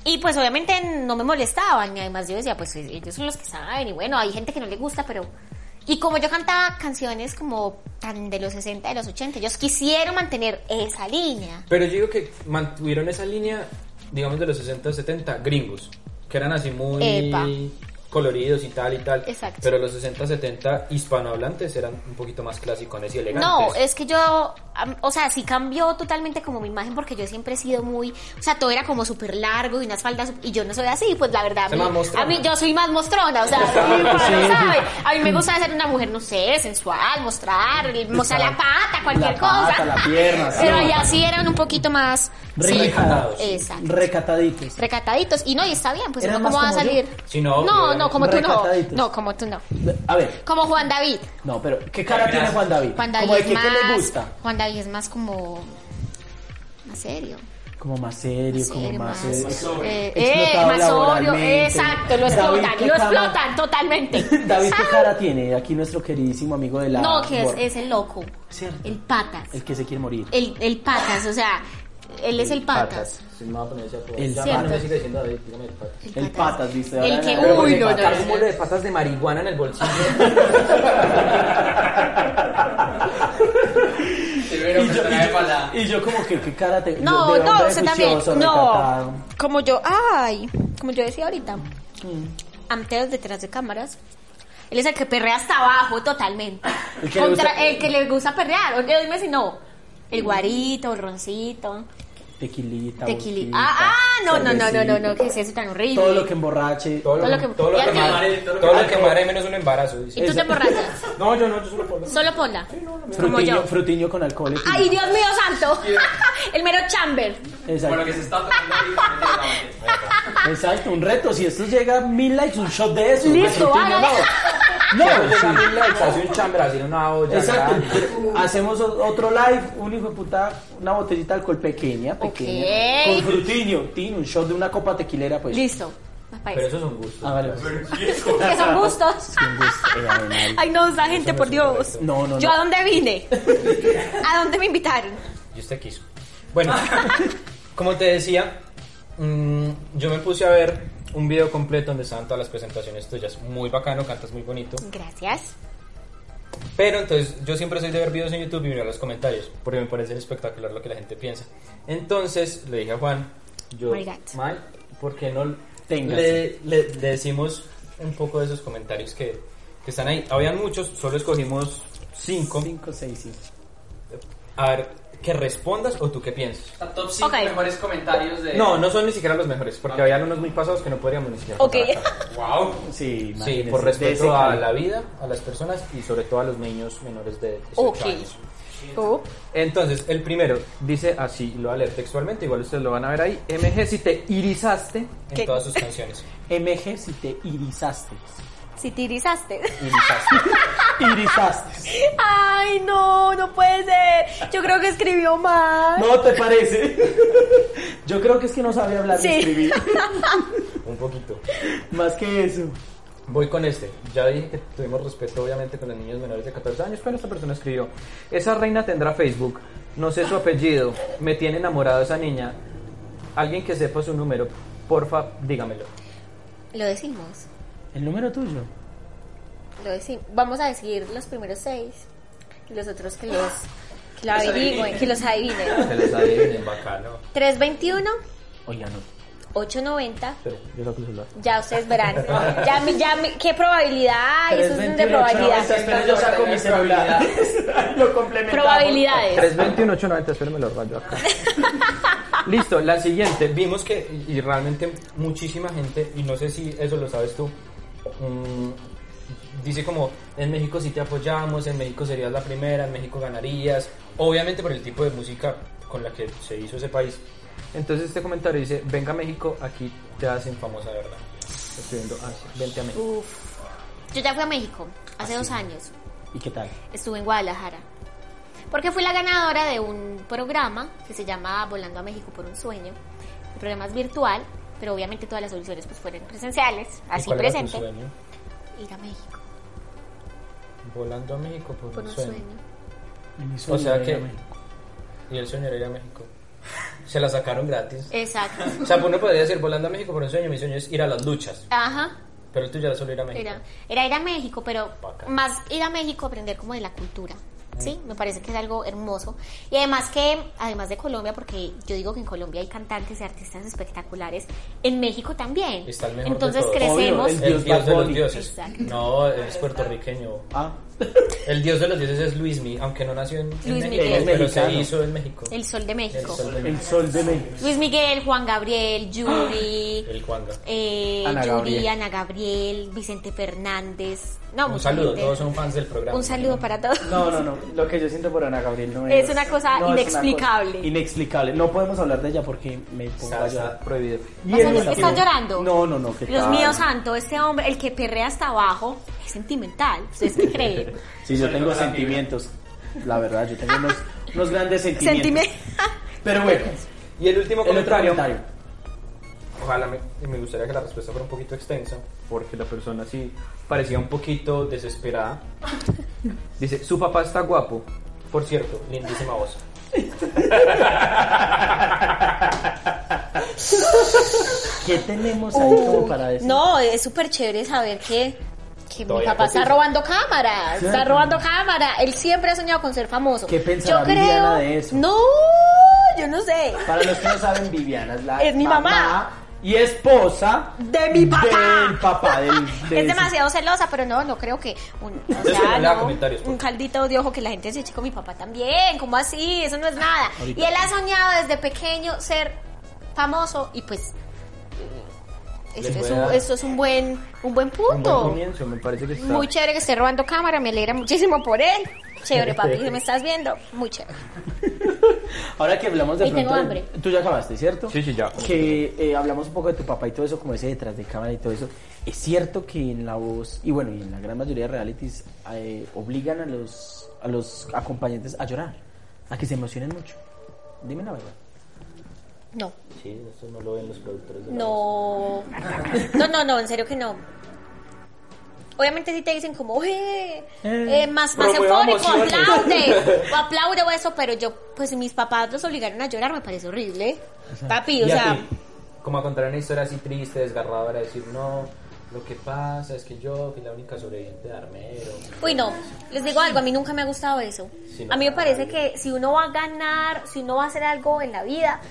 [SPEAKER 5] Y pues obviamente no me molestaban y además yo decía, pues ellos son los que saben y bueno, hay gente que no le gusta, pero... Y como yo cantaba canciones como tan de los 60, de los 80, ellos quisieron mantener esa línea.
[SPEAKER 4] Pero yo digo que mantuvieron esa línea, digamos, de los 60 70, gringos, que eran así muy...
[SPEAKER 5] Epa.
[SPEAKER 6] coloridos y tal y tal.
[SPEAKER 5] Exacto.
[SPEAKER 6] Pero los 60, 70 hispanohablantes eran un poquito más clásicones y elegantes.
[SPEAKER 5] No, es que yo, am- o sea, sí cambió totalmente como mi imagen porque yo siempre he sido muy, o sea, todo era como súper largo y unas faldas y yo no soy así, pues la verdad, a
[SPEAKER 6] Se
[SPEAKER 5] mí,
[SPEAKER 6] más mostrona.
[SPEAKER 5] a mí- yo soy más mostrona, o sea, sí, bueno, ¿sabe? a mí me gusta ser una mujer, no sé, sensual, mostrar, el- mostrar la pata, cualquier
[SPEAKER 3] La pata,
[SPEAKER 5] cosa.
[SPEAKER 3] la
[SPEAKER 5] (laughs)
[SPEAKER 3] pierna, sí.
[SPEAKER 5] Pero allá sí eran un poquito más... sí,
[SPEAKER 3] Recatados.
[SPEAKER 5] Exacto.
[SPEAKER 3] Recataditos.
[SPEAKER 5] Recataditos. Y no, y está bien, pues
[SPEAKER 3] Eran
[SPEAKER 5] uno cómo
[SPEAKER 3] más
[SPEAKER 5] va a
[SPEAKER 3] como yo.
[SPEAKER 5] salir.
[SPEAKER 6] Sí, no,
[SPEAKER 5] no, no, como tú no.
[SPEAKER 3] Recataditos.
[SPEAKER 5] No, como tú no.
[SPEAKER 3] A ver,
[SPEAKER 5] Como Juan David.
[SPEAKER 3] no, pero ¿qué cara tiene Juan David?
[SPEAKER 5] Juan David
[SPEAKER 3] Como de
[SPEAKER 5] es
[SPEAKER 3] que,
[SPEAKER 5] más,
[SPEAKER 3] ¿qué le gusta?
[SPEAKER 5] Juan David es más como más serio.
[SPEAKER 3] Como más serio, como
[SPEAKER 5] serio,
[SPEAKER 3] más...
[SPEAKER 5] más-
[SPEAKER 3] eh,
[SPEAKER 5] eh, eh,
[SPEAKER 3] explotado
[SPEAKER 5] más sobrio,
[SPEAKER 3] laboralmente.
[SPEAKER 5] exacto, lo
[SPEAKER 3] David,
[SPEAKER 5] explotan,
[SPEAKER 3] ¿qué
[SPEAKER 5] lo
[SPEAKER 3] cara?
[SPEAKER 5] explotan totalmente.
[SPEAKER 3] (laughs) David, ¿qué
[SPEAKER 5] Ah,
[SPEAKER 3] cara tiene? Aquí nuestro queridísimo amigo de la...
[SPEAKER 5] No, que es,
[SPEAKER 3] Borg.
[SPEAKER 5] es el loco,
[SPEAKER 3] Cierto.
[SPEAKER 5] el patas,
[SPEAKER 3] El que se quiere morir.
[SPEAKER 5] el, el patas, o sea, él es el patas.
[SPEAKER 6] Sí, me voy a poner ese apodo.
[SPEAKER 3] El
[SPEAKER 6] Ya,
[SPEAKER 5] cierto.
[SPEAKER 6] no me sigue diciendo David, dígame el patas.
[SPEAKER 3] El patas, dice. ahora
[SPEAKER 5] El
[SPEAKER 3] en
[SPEAKER 5] que,
[SPEAKER 3] la-
[SPEAKER 5] uy, no, no,
[SPEAKER 6] Cargo un
[SPEAKER 5] no.
[SPEAKER 6] mulo de patas de marihuana en el
[SPEAKER 7] (laughs)
[SPEAKER 6] bolsillo.
[SPEAKER 3] (laughs) y, yo, y yo- y yo como que, ¿qué cara te...
[SPEAKER 5] No,
[SPEAKER 3] de- de
[SPEAKER 5] no,
[SPEAKER 3] hombre
[SPEAKER 5] usted también.
[SPEAKER 3] juicioso, recatado?
[SPEAKER 5] No. Como yo, ay, como yo decía ahorita,
[SPEAKER 3] Mm.
[SPEAKER 5] antes detrás de cámaras. Él es el que perrea hasta abajo totalmente.
[SPEAKER 3] (laughs) El que le gusta-
[SPEAKER 5] Contra- el que le gusta perrear. O sea, dime si no. El guarito, el roncito,
[SPEAKER 3] Tequilita,
[SPEAKER 5] tequilita.
[SPEAKER 3] tequilita.
[SPEAKER 5] Ah, ah, no, no, no, no, no, no,
[SPEAKER 3] cervecita.
[SPEAKER 5] que es eso tan horrible.
[SPEAKER 3] Todo lo que emborrache.
[SPEAKER 6] Todo
[SPEAKER 5] Todo lo
[SPEAKER 6] lo que
[SPEAKER 5] que-
[SPEAKER 6] todo lo
[SPEAKER 5] y
[SPEAKER 6] que
[SPEAKER 5] aquí-
[SPEAKER 6] madre, todo lo que madre menos un embarazo. dice.
[SPEAKER 5] ¿Y tú te
[SPEAKER 3] (laughs)
[SPEAKER 5] emborrachas?
[SPEAKER 6] No, yo no, yo solo por
[SPEAKER 5] Solo ponla. Como
[SPEAKER 3] Frutiño,
[SPEAKER 5] yo.
[SPEAKER 3] frutiño con alcohol. etílico.
[SPEAKER 5] Ay, Dios mío
[SPEAKER 3] (laughs)
[SPEAKER 5] santo. el mero chamber.
[SPEAKER 3] Exacto. Exacto, un reto. Si esto llega a mil likes, un shot de eso.
[SPEAKER 5] Listo,
[SPEAKER 3] Un frutiño,
[SPEAKER 5] hágale.
[SPEAKER 3] no.
[SPEAKER 6] Pero
[SPEAKER 5] (laughs)
[SPEAKER 3] No,
[SPEAKER 6] llega
[SPEAKER 3] sí.
[SPEAKER 6] mil likes, hace un chamber así en una olla.
[SPEAKER 3] Exacto.
[SPEAKER 6] grande.
[SPEAKER 3] Hacemos o- otro live, un hijo de puta, una botellita de alcohol pequeña, pequeña.
[SPEAKER 5] Ok.
[SPEAKER 3] Con frutiño, tin, un shot de una copa tequilera, pues.
[SPEAKER 5] Listo. Me parece.
[SPEAKER 6] Pero eso es un gusto.
[SPEAKER 3] Ah, vale.
[SPEAKER 5] Que son gustos.
[SPEAKER 3] un gusto, eh,
[SPEAKER 5] (laughs)
[SPEAKER 3] vale, vale.
[SPEAKER 5] Ay, no, esa gente, por Dios.
[SPEAKER 3] No, no,
[SPEAKER 5] ¿Yo
[SPEAKER 3] no.
[SPEAKER 5] a
[SPEAKER 3] (laughs)
[SPEAKER 5] dónde vine? ¿A dónde me invitaron?
[SPEAKER 6] Y usted quiso.
[SPEAKER 3] (laughs)
[SPEAKER 6] Bueno, como te decía, mm, yo me puse a ver un video completo donde estaban todas las presentaciones tuyas. Muy bacano, cantas muy bonito.
[SPEAKER 5] Gracias.
[SPEAKER 6] Pero entonces yo siempre soy de ver videos en YouTube y mirar los comentarios, porque me parece espectacular lo que la gente piensa. Entonces le dije a Juan, yo,
[SPEAKER 5] My God.
[SPEAKER 6] mal, ¿por qué no
[SPEAKER 3] Téngase.
[SPEAKER 6] le, le decimos un poco de esos comentarios que, que están ahí? Habían muchos, solo escogimos cinco.
[SPEAKER 3] 5, 6, sí.
[SPEAKER 6] A ver, que respondas o tú qué piensas.
[SPEAKER 7] Top 5
[SPEAKER 5] Ok.
[SPEAKER 7] mejores comentarios
[SPEAKER 3] Eh.
[SPEAKER 7] de.
[SPEAKER 6] No, no son ni siquiera los mejores, porque habían unos muy pasados que no podríamos ni siquiera.
[SPEAKER 5] Ok.
[SPEAKER 6] contar acá.
[SPEAKER 5] (laughs)
[SPEAKER 7] Wow.
[SPEAKER 3] Sí,
[SPEAKER 6] Sí,
[SPEAKER 3] imagínense,
[SPEAKER 6] por
[SPEAKER 3] de ese
[SPEAKER 6] respeto a
[SPEAKER 3] calibre.
[SPEAKER 6] la vida, a las personas y sobre todo a los niños menores de 18
[SPEAKER 5] Ok.
[SPEAKER 6] años.
[SPEAKER 5] Oh.
[SPEAKER 6] Entonces, el primero dice así, lo voy a leer textualmente, igual ustedes lo van a ver ahí. MG, si te irizaste en
[SPEAKER 5] ¿Qué?
[SPEAKER 6] todas sus canciones.
[SPEAKER 3] MG si te irizaste.
[SPEAKER 5] Si te irizaste. (laughs)
[SPEAKER 6] Irizaste.
[SPEAKER 3] (laughs) Irizaste.
[SPEAKER 5] Ay, no, no puede ser. Yo creo que escribió mal.
[SPEAKER 3] ¿No te parece? (laughs) Yo creo que es que no sabe hablar
[SPEAKER 5] Sí.
[SPEAKER 3] y escribir.
[SPEAKER 6] Un poquito.
[SPEAKER 3] Más que eso.
[SPEAKER 6] Voy con este. Ya dije que tuvimos respeto, obviamente, con los niños menores de 14 años, pero esta persona escribió: Esa reina tendrá Facebook. No sé su apellido. Me tiene enamorado esa niña. Alguien que sepa su número, porfa, dígamelo.
[SPEAKER 5] Lo decimos.
[SPEAKER 3] El número tuyo.
[SPEAKER 5] Lo decimos. Vamos a decir los primeros seis. Y los otros que los, que lo averigüen, que los adivinen.
[SPEAKER 6] Se les adivinen, bacano.
[SPEAKER 5] 321,
[SPEAKER 3] Oye, no.
[SPEAKER 5] 890.
[SPEAKER 6] Pero yo saco el celular.
[SPEAKER 5] Ya ustedes verán. Ya, mi- ya, mi- ¿qué probabilidad hay? Eso es de
[SPEAKER 3] 328,
[SPEAKER 5] probabilidad.
[SPEAKER 3] espera, yo saco mi celular. Lo complementamos.
[SPEAKER 5] Probabilidades.
[SPEAKER 6] 321 890, espérenme lo rayo acá. Listo, la siguiente. Vimos que, y y realmente muchísima gente, y no sé si eso lo sabes tú, mm, dice como, en México sí te apoyamos, en México serías la primera, en México ganarías, obviamente por el tipo de música con la que se hizo ese país. Entonces este comentario dice, venga a México, aquí te hacen famosa de verdad. Estoy viendo, ah, sí, vente a México.
[SPEAKER 5] Uf. Yo ya fui a México hace dos años.
[SPEAKER 3] ¿Y qué tal?
[SPEAKER 5] Estuve en Guadalajara. Porque fui la ganadora de un programa que se llama Volando a México por un sueño. El programa es virtual, pero obviamente todas las soluciones pues fueron presenciales,
[SPEAKER 6] ¿Y
[SPEAKER 5] así
[SPEAKER 6] cuál era tu
[SPEAKER 5] presente.
[SPEAKER 6] sueño?
[SPEAKER 5] Ir a México
[SPEAKER 6] Volando a México por,
[SPEAKER 5] por un sueño.
[SPEAKER 6] O sea que. Y el sueño era ir a México. (laughs) Se la sacaron gratis.
[SPEAKER 5] Exacto.
[SPEAKER 6] O sea, uno podría decir volando a México por un sueño. Mi sueño es ir a las luchas.
[SPEAKER 5] Ajá.
[SPEAKER 6] Pero el tuyo era solo ir a México.
[SPEAKER 5] Era, era ir a México, pero
[SPEAKER 6] Bacán.
[SPEAKER 5] más ir a México a aprender como de la cultura.
[SPEAKER 6] Mm.
[SPEAKER 5] Sí, me parece que es algo hermoso. Y además que, además de Colombia, porque yo digo que en Colombia hay cantantes y artistas espectaculares, en México también.
[SPEAKER 6] Está el mejor
[SPEAKER 5] Entonces
[SPEAKER 6] de todos.
[SPEAKER 5] crecemos.
[SPEAKER 3] Obvio,
[SPEAKER 6] El dios de los
[SPEAKER 3] Bunny.
[SPEAKER 6] dioses.
[SPEAKER 5] Exacto.
[SPEAKER 6] No, es puertorriqueño.
[SPEAKER 3] Ah,
[SPEAKER 6] El dios de los dioses es Luismi, aunque no nació en, en
[SPEAKER 5] Luis
[SPEAKER 6] México,
[SPEAKER 5] Miguel.
[SPEAKER 6] pero se
[SPEAKER 3] Mexicano.
[SPEAKER 6] hizo en México.
[SPEAKER 5] El Sol de México.
[SPEAKER 6] El sol de
[SPEAKER 3] el
[SPEAKER 6] México. ¡Ah!
[SPEAKER 3] sol de México.
[SPEAKER 5] Luis Miguel, Juan Gabriel, Yuri,
[SPEAKER 6] El Juanga.
[SPEAKER 5] eh,
[SPEAKER 4] Ana
[SPEAKER 5] Yuri,
[SPEAKER 4] Gabriel.
[SPEAKER 5] Ana Gabriel, Vicente Fernández. No,
[SPEAKER 6] Un
[SPEAKER 5] mucha
[SPEAKER 6] saludo,
[SPEAKER 5] gente.
[SPEAKER 6] todos son fans del programa.
[SPEAKER 5] Un saludo para todos.
[SPEAKER 3] No, no, no. Lo que yo siento por Ana Gabriel no es.
[SPEAKER 5] Es una cosa
[SPEAKER 3] no, es una
[SPEAKER 5] inexplicable.
[SPEAKER 3] cosa inexplicable. No podemos hablar de ella porque me pongo
[SPEAKER 6] Está-
[SPEAKER 3] a
[SPEAKER 6] está
[SPEAKER 3] llorar.
[SPEAKER 4] Prohibido.
[SPEAKER 3] Y
[SPEAKER 5] O
[SPEAKER 3] el
[SPEAKER 5] sea, ¿estás
[SPEAKER 3] último.
[SPEAKER 5] llorando?
[SPEAKER 3] No, no, no. que
[SPEAKER 5] Dios
[SPEAKER 3] tal.
[SPEAKER 5] mío santo, este hombre, el que perrea hasta abajo, es sentimental. ¿Ustedes
[SPEAKER 3] (laughs)
[SPEAKER 5] qué creen?
[SPEAKER 3] Sí, yo tengo sentimientos. La verdad, yo tengo unos, unos grandes sentimientos. (laughs)
[SPEAKER 5] Sentimiento.
[SPEAKER 3] Pero bueno,
[SPEAKER 6] Y el último
[SPEAKER 3] el otro
[SPEAKER 6] comentario.
[SPEAKER 3] comentario.
[SPEAKER 6] Ojalá me, me gustaría que la respuesta fuera un poquito extensa, porque la persona sí parecía un
[SPEAKER 5] (laughs)
[SPEAKER 6] poquito desesperada. Dice, su papá está guapo. Por cierto, lindísima voz.
[SPEAKER 3] ¿Qué tenemos ahí como para decir?
[SPEAKER 5] Uh, No, es súper chévere saber que, que mi
[SPEAKER 6] Todavía
[SPEAKER 5] papá está
[SPEAKER 6] cotiza.
[SPEAKER 5] robando cámara. Está
[SPEAKER 3] Claro.
[SPEAKER 5] robando cámara. Él siempre ha soñado con ser famoso.
[SPEAKER 3] ¿Qué pensará Viviana de eso?
[SPEAKER 5] No, yo no sé.
[SPEAKER 3] Para los que no saben, Viviana es la
[SPEAKER 5] Es mi mamá.
[SPEAKER 3] y esposa
[SPEAKER 5] De mi papá.
[SPEAKER 3] Del papá
[SPEAKER 5] (laughs)
[SPEAKER 3] del, de
[SPEAKER 5] es
[SPEAKER 3] su-
[SPEAKER 5] demasiado celosa, pero no, no creo que un, o
[SPEAKER 6] que no
[SPEAKER 5] sea,
[SPEAKER 6] le haga
[SPEAKER 5] no,
[SPEAKER 6] comentarios, por
[SPEAKER 5] un caldito de ojo que la gente se chico mi papá también, ¿cómo así? Eso no es nada. Y él ha soñado desde pequeño ser famoso y pues esto
[SPEAKER 6] Le
[SPEAKER 5] es,
[SPEAKER 6] puede
[SPEAKER 5] un,
[SPEAKER 6] dar
[SPEAKER 5] esto es un buen un buen
[SPEAKER 6] Un buen
[SPEAKER 5] punto.
[SPEAKER 6] comienzo, me parece que está.
[SPEAKER 5] Muy chévere que esté robando cámara, me alegra muchísimo por él. Chévere, papi,
[SPEAKER 6] (laughs)
[SPEAKER 5] que me estás viendo. Muy chévere.
[SPEAKER 3] Ahora que hablamos de
[SPEAKER 5] Y tengo
[SPEAKER 3] pronto-
[SPEAKER 5] hambre.
[SPEAKER 3] Tú ya acabaste, ¿cierto?
[SPEAKER 6] Sí, sí, ya.
[SPEAKER 3] Que eh, hablamos un poco de tu papá y todo eso, como ese detrás de cámara y todo eso. Es cierto que en la voz, y bueno, y en la gran mayoría de realities, eh, obligan a los, a los acompañantes a llorar, a que se emocionen mucho. Dime la verdad.
[SPEAKER 5] No,
[SPEAKER 6] Sí, eso no lo ven los productores. de la voz.
[SPEAKER 5] no. No, no, no, en serio que no. Obviamente si te dicen como, "Oye, eh, más, más
[SPEAKER 6] Promueva
[SPEAKER 5] eufórico,
[SPEAKER 6] emociones".
[SPEAKER 5] aplaude,
[SPEAKER 6] (laughs)
[SPEAKER 5] o aplaude o eso, pero yo, pues mis papás los obligaron a llorar, me parece horrible. Papi, o
[SPEAKER 6] Y a
[SPEAKER 5] sea,
[SPEAKER 6] ti, como a contar una historia así triste, desgarradora, decir, no, lo que pasa es que yo fui la única sobreviviente de Armero.
[SPEAKER 5] uy no, les digo algo, a mí nunca me ha gustado eso.
[SPEAKER 6] Sí, no.
[SPEAKER 5] A mí me parece que si uno va a ganar, si uno va a hacer algo en la vida,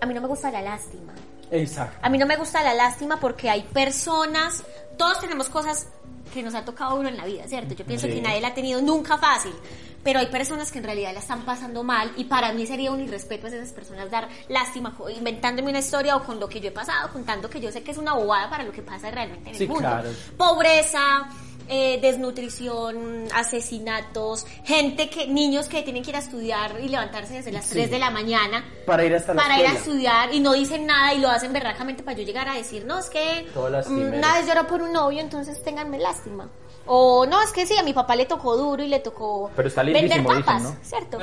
[SPEAKER 5] a mí no me gusta la lástima.
[SPEAKER 3] Exacto.
[SPEAKER 5] A mí no me gusta la lástima porque hay personas, todos tenemos cosas que nos ha tocado uno en la vida, ¿cierto? Yo pienso que nadie la ha tenido nunca fácil, pero hay personas que en realidad la están pasando mal y para mí sería un irrespeto a esas personas dar lástima co- inventándome una historia o con lo que yo he pasado, contando que yo sé que es una bobada para lo que pasa realmente en
[SPEAKER 3] Sí,
[SPEAKER 5] el mundo.
[SPEAKER 3] claro.
[SPEAKER 5] Pobreza, eh, desnutrición, asesinatos, gente que, niños que tienen que ir a estudiar y levantarse desde las 3 de la mañana
[SPEAKER 3] Para ir hasta la
[SPEAKER 5] para ir a
[SPEAKER 3] escuela.
[SPEAKER 5] estudiar y no dicen nada y lo hacen berracamente para yo llegar a decir, no, es que
[SPEAKER 6] Todo
[SPEAKER 5] mm,
[SPEAKER 6] lastimero.
[SPEAKER 5] una vez lloró por un novio, entonces ténganme lástima. O no, es que sí, a mi papá le tocó duro y le tocó
[SPEAKER 6] Pero está
[SPEAKER 5] vender
[SPEAKER 6] lindísimo, dicen,
[SPEAKER 5] papas,
[SPEAKER 6] ¿no? (laughs)
[SPEAKER 5] ¿cierto?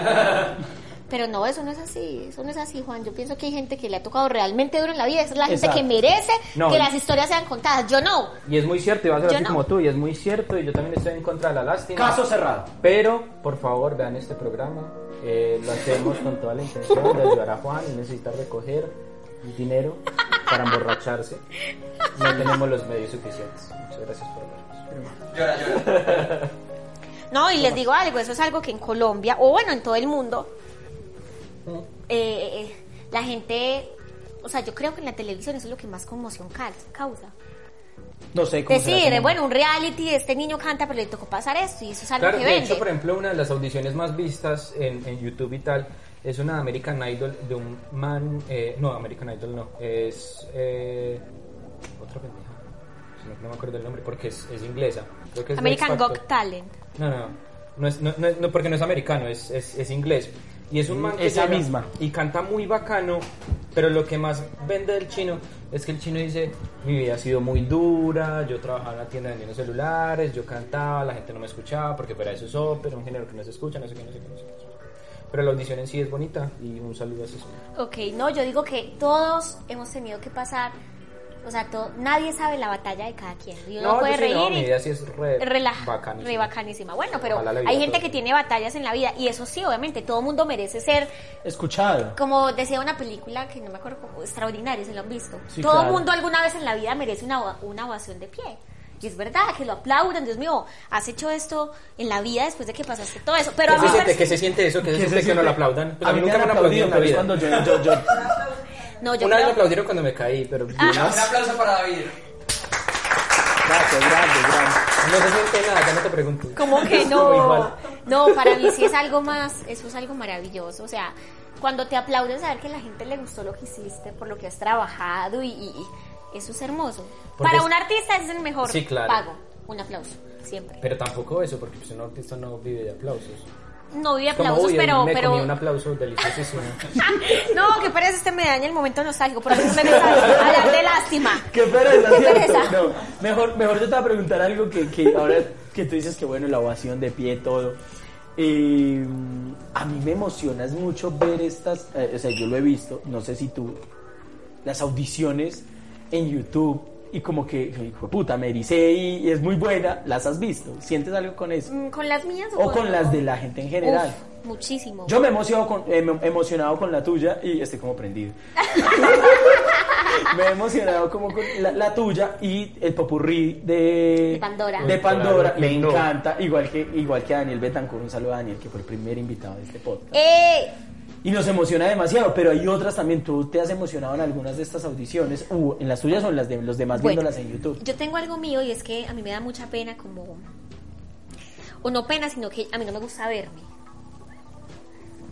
[SPEAKER 5] Pero no, eso no es así, eso no es así, Juan. Yo pienso que hay gente que le ha tocado realmente duro en la vida, esa es la gente
[SPEAKER 3] Exacto.
[SPEAKER 5] que merece
[SPEAKER 6] No,
[SPEAKER 5] que
[SPEAKER 6] y-
[SPEAKER 5] las historias sean contadas. Yo no.
[SPEAKER 6] Y es muy cierto, y va a ser
[SPEAKER 5] Yo
[SPEAKER 6] así
[SPEAKER 5] no.
[SPEAKER 6] como tú, y es muy cierto, y yo también estoy en contra de la lástima.
[SPEAKER 3] Caso cerrado.
[SPEAKER 6] Pero, por favor, vean este programa. Eh, lo hacemos con toda la intención de ayudar a Juan y necesita recoger dinero para emborracharse. No tenemos los medios suficientes. Muchas gracias por vernos.
[SPEAKER 5] No, y les digo algo, eso es algo que en Colombia, o bueno, en todo el mundo,
[SPEAKER 6] Mm.
[SPEAKER 5] eh, eh, la gente, o sea, yo creo que en la televisión eso es lo que más conmoción cal- causa.
[SPEAKER 3] No sé cómo será
[SPEAKER 5] Decir,
[SPEAKER 3] tu
[SPEAKER 5] eh,
[SPEAKER 3] mamá.
[SPEAKER 5] bueno, un reality, este niño canta, pero le tocó pasar esto, y eso es algo
[SPEAKER 6] Claro,
[SPEAKER 5] que
[SPEAKER 6] de
[SPEAKER 5] vende.
[SPEAKER 6] hecho, por ejemplo, una de las audiciones más vistas en, en YouTube y tal es una American Idol de un man. eh, no, American Idol no. Es. Eh, otra pendeja. No, no me acuerdo el nombre porque es, es inglesa. Creo que es de
[SPEAKER 5] American
[SPEAKER 6] X Factor.
[SPEAKER 5] Got Talent.
[SPEAKER 6] No, no, no, es, no, no es- no, porque no es americano, es, es, es inglés. Y es un man que
[SPEAKER 3] Mm, Esa
[SPEAKER 6] llega
[SPEAKER 3] misma.
[SPEAKER 6] Y canta muy bacano, pero lo que más vende del chino es que el chino dice, mi vida ha sido muy dura, yo trabajaba en una tienda vendiendo celulares, yo cantaba, la gente no me escuchaba porque para eso es ópera, un género que no se escucha, no sé qué, no sé qué, no sé qué. Pero la audición en sí es bonita y un saludo a ese señor.
[SPEAKER 5] Ok, no, yo digo que todos hemos tenido que pasar, o sea, todo, nadie sabe la batalla de cada quien. Y uno
[SPEAKER 6] yo
[SPEAKER 5] puede
[SPEAKER 6] sí,
[SPEAKER 5] reír
[SPEAKER 6] no,
[SPEAKER 5] y-
[SPEAKER 6] mi vida sí es re,
[SPEAKER 5] Relaja,
[SPEAKER 6] bacanísima.
[SPEAKER 5] re bacanísima. Bueno, pero
[SPEAKER 6] Ojalá la vida
[SPEAKER 5] hay gente
[SPEAKER 6] todo.
[SPEAKER 5] que tiene batallas en la vida y eso sí, obviamente, todo mundo merece ser,
[SPEAKER 3] Escuchado.
[SPEAKER 5] como decía una película que no me acuerdo, cómo, extraordinario, se lo han visto.
[SPEAKER 3] Sí,
[SPEAKER 5] todo
[SPEAKER 3] claro.
[SPEAKER 5] mundo alguna vez en la vida merece una, una ovación de pie. Y es verdad, que lo aplaudan, Dios mío, has hecho esto en la vida después de que pasaste todo eso. Pero a
[SPEAKER 6] ¿Qué
[SPEAKER 5] mí me
[SPEAKER 6] se siente,
[SPEAKER 5] parece-
[SPEAKER 6] ¿Qué se siente eso? ¿Qué se siente que no lo aplaudan? Pues
[SPEAKER 3] a mí nunca me han aplaudido,
[SPEAKER 6] en la
[SPEAKER 3] pero es
[SPEAKER 6] vida.
[SPEAKER 3] cuando yo, yo, yo, (laughs)
[SPEAKER 5] No, yo
[SPEAKER 6] Una vez me
[SPEAKER 5] creo-
[SPEAKER 6] aplaudieron cuando me caí, pero no,
[SPEAKER 5] Ah.
[SPEAKER 6] no
[SPEAKER 2] aplauso para David.
[SPEAKER 3] Gracias, grande, grande.
[SPEAKER 6] se siente nada, ya no te pregunto.
[SPEAKER 5] Como
[SPEAKER 6] (laughs)
[SPEAKER 5] que
[SPEAKER 6] Como
[SPEAKER 5] no.
[SPEAKER 6] igual.
[SPEAKER 5] No, para mí sí es algo más, eso es algo maravilloso. O sea, cuando te aplauden, saber que la gente le gustó lo que hiciste, por lo que has trabajado y, y- y eso es hermoso.
[SPEAKER 6] Porque
[SPEAKER 5] para
[SPEAKER 6] es-
[SPEAKER 5] un artista ese es el mejor
[SPEAKER 6] Sí, claro.
[SPEAKER 5] pago, un aplauso, siempre.
[SPEAKER 6] Pero tampoco eso, porque pues, un artista no vive de aplausos.
[SPEAKER 5] No vive
[SPEAKER 6] Como,
[SPEAKER 5] aplausos,
[SPEAKER 6] uy,
[SPEAKER 5] pero...
[SPEAKER 6] me
[SPEAKER 5] pero
[SPEAKER 6] comí un aplauso deliciosísimo.
[SPEAKER 5] (laughs) No, que pereza, este me daña el momento nostálgico, por eso me metes a hablar de lástima.
[SPEAKER 3] Qué pereza,
[SPEAKER 5] Qué
[SPEAKER 3] ¿cierto?
[SPEAKER 5] pereza.
[SPEAKER 3] No, mejor, mejor yo te voy a preguntar algo que, que ahora que tú dices que bueno, la ovación de pie, todo. Eh, a mí me emocionas mucho ver estas, eh, o sea, yo lo he visto, no sé si tú, las audiciones en YouTube y como que, hijo de puta, me ericé y, y es muy buena, las has visto, sientes algo con eso.
[SPEAKER 5] Mm, ¿Con las mías
[SPEAKER 3] O con las de la gente en general.
[SPEAKER 5] Uf, muchísimo.
[SPEAKER 3] Yo me he emocionado con, eh, me he emocionado con la tuya y estoy como
[SPEAKER 5] (laughs)
[SPEAKER 3] prendido. me he emocionado como con la, la tuya y el popurrí de,
[SPEAKER 5] De Pandora.
[SPEAKER 3] de Pandora.
[SPEAKER 6] Claro,
[SPEAKER 3] Me
[SPEAKER 6] no.
[SPEAKER 3] encanta, igual que, igual que a Daniel Betancourt. Un saludo a Daniel, que fue el primer invitado de este podcast.
[SPEAKER 5] Eh,
[SPEAKER 3] Y nos emociona demasiado, pero hay otras también. ¿Tú te has emocionado en algunas de estas audiciones? ¿O en las tuyas o en las de los demás
[SPEAKER 5] Bueno,
[SPEAKER 3] viéndolas en YouTube?
[SPEAKER 5] Yo tengo algo mío y es que a mí me da mucha pena como... O no pena, sino que a mí no me gusta verme.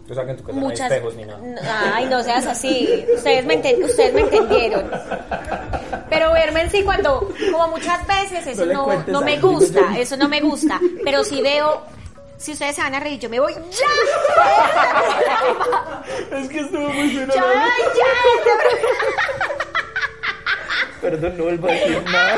[SPEAKER 6] O sea, que en tu casa
[SPEAKER 5] Muchas...
[SPEAKER 6] Pues no hay espejos ni nada.
[SPEAKER 5] N- Ay, no seas así. Ustedes me, enten- ustedes me entendieron. Pero verme en sí cuando... Como muchas veces eso
[SPEAKER 3] No le
[SPEAKER 5] no,
[SPEAKER 3] cuentes
[SPEAKER 5] no
[SPEAKER 3] a
[SPEAKER 5] me
[SPEAKER 3] él, digo
[SPEAKER 5] gusta.
[SPEAKER 3] yo.
[SPEAKER 5] Eso no me gusta. Pero si veo... Si ustedes se van a reír, yo me voy ya.
[SPEAKER 3] Es que estuvo muy bueno.
[SPEAKER 5] Ya, ya.
[SPEAKER 3] Perdón, no vuelvo a decir nada.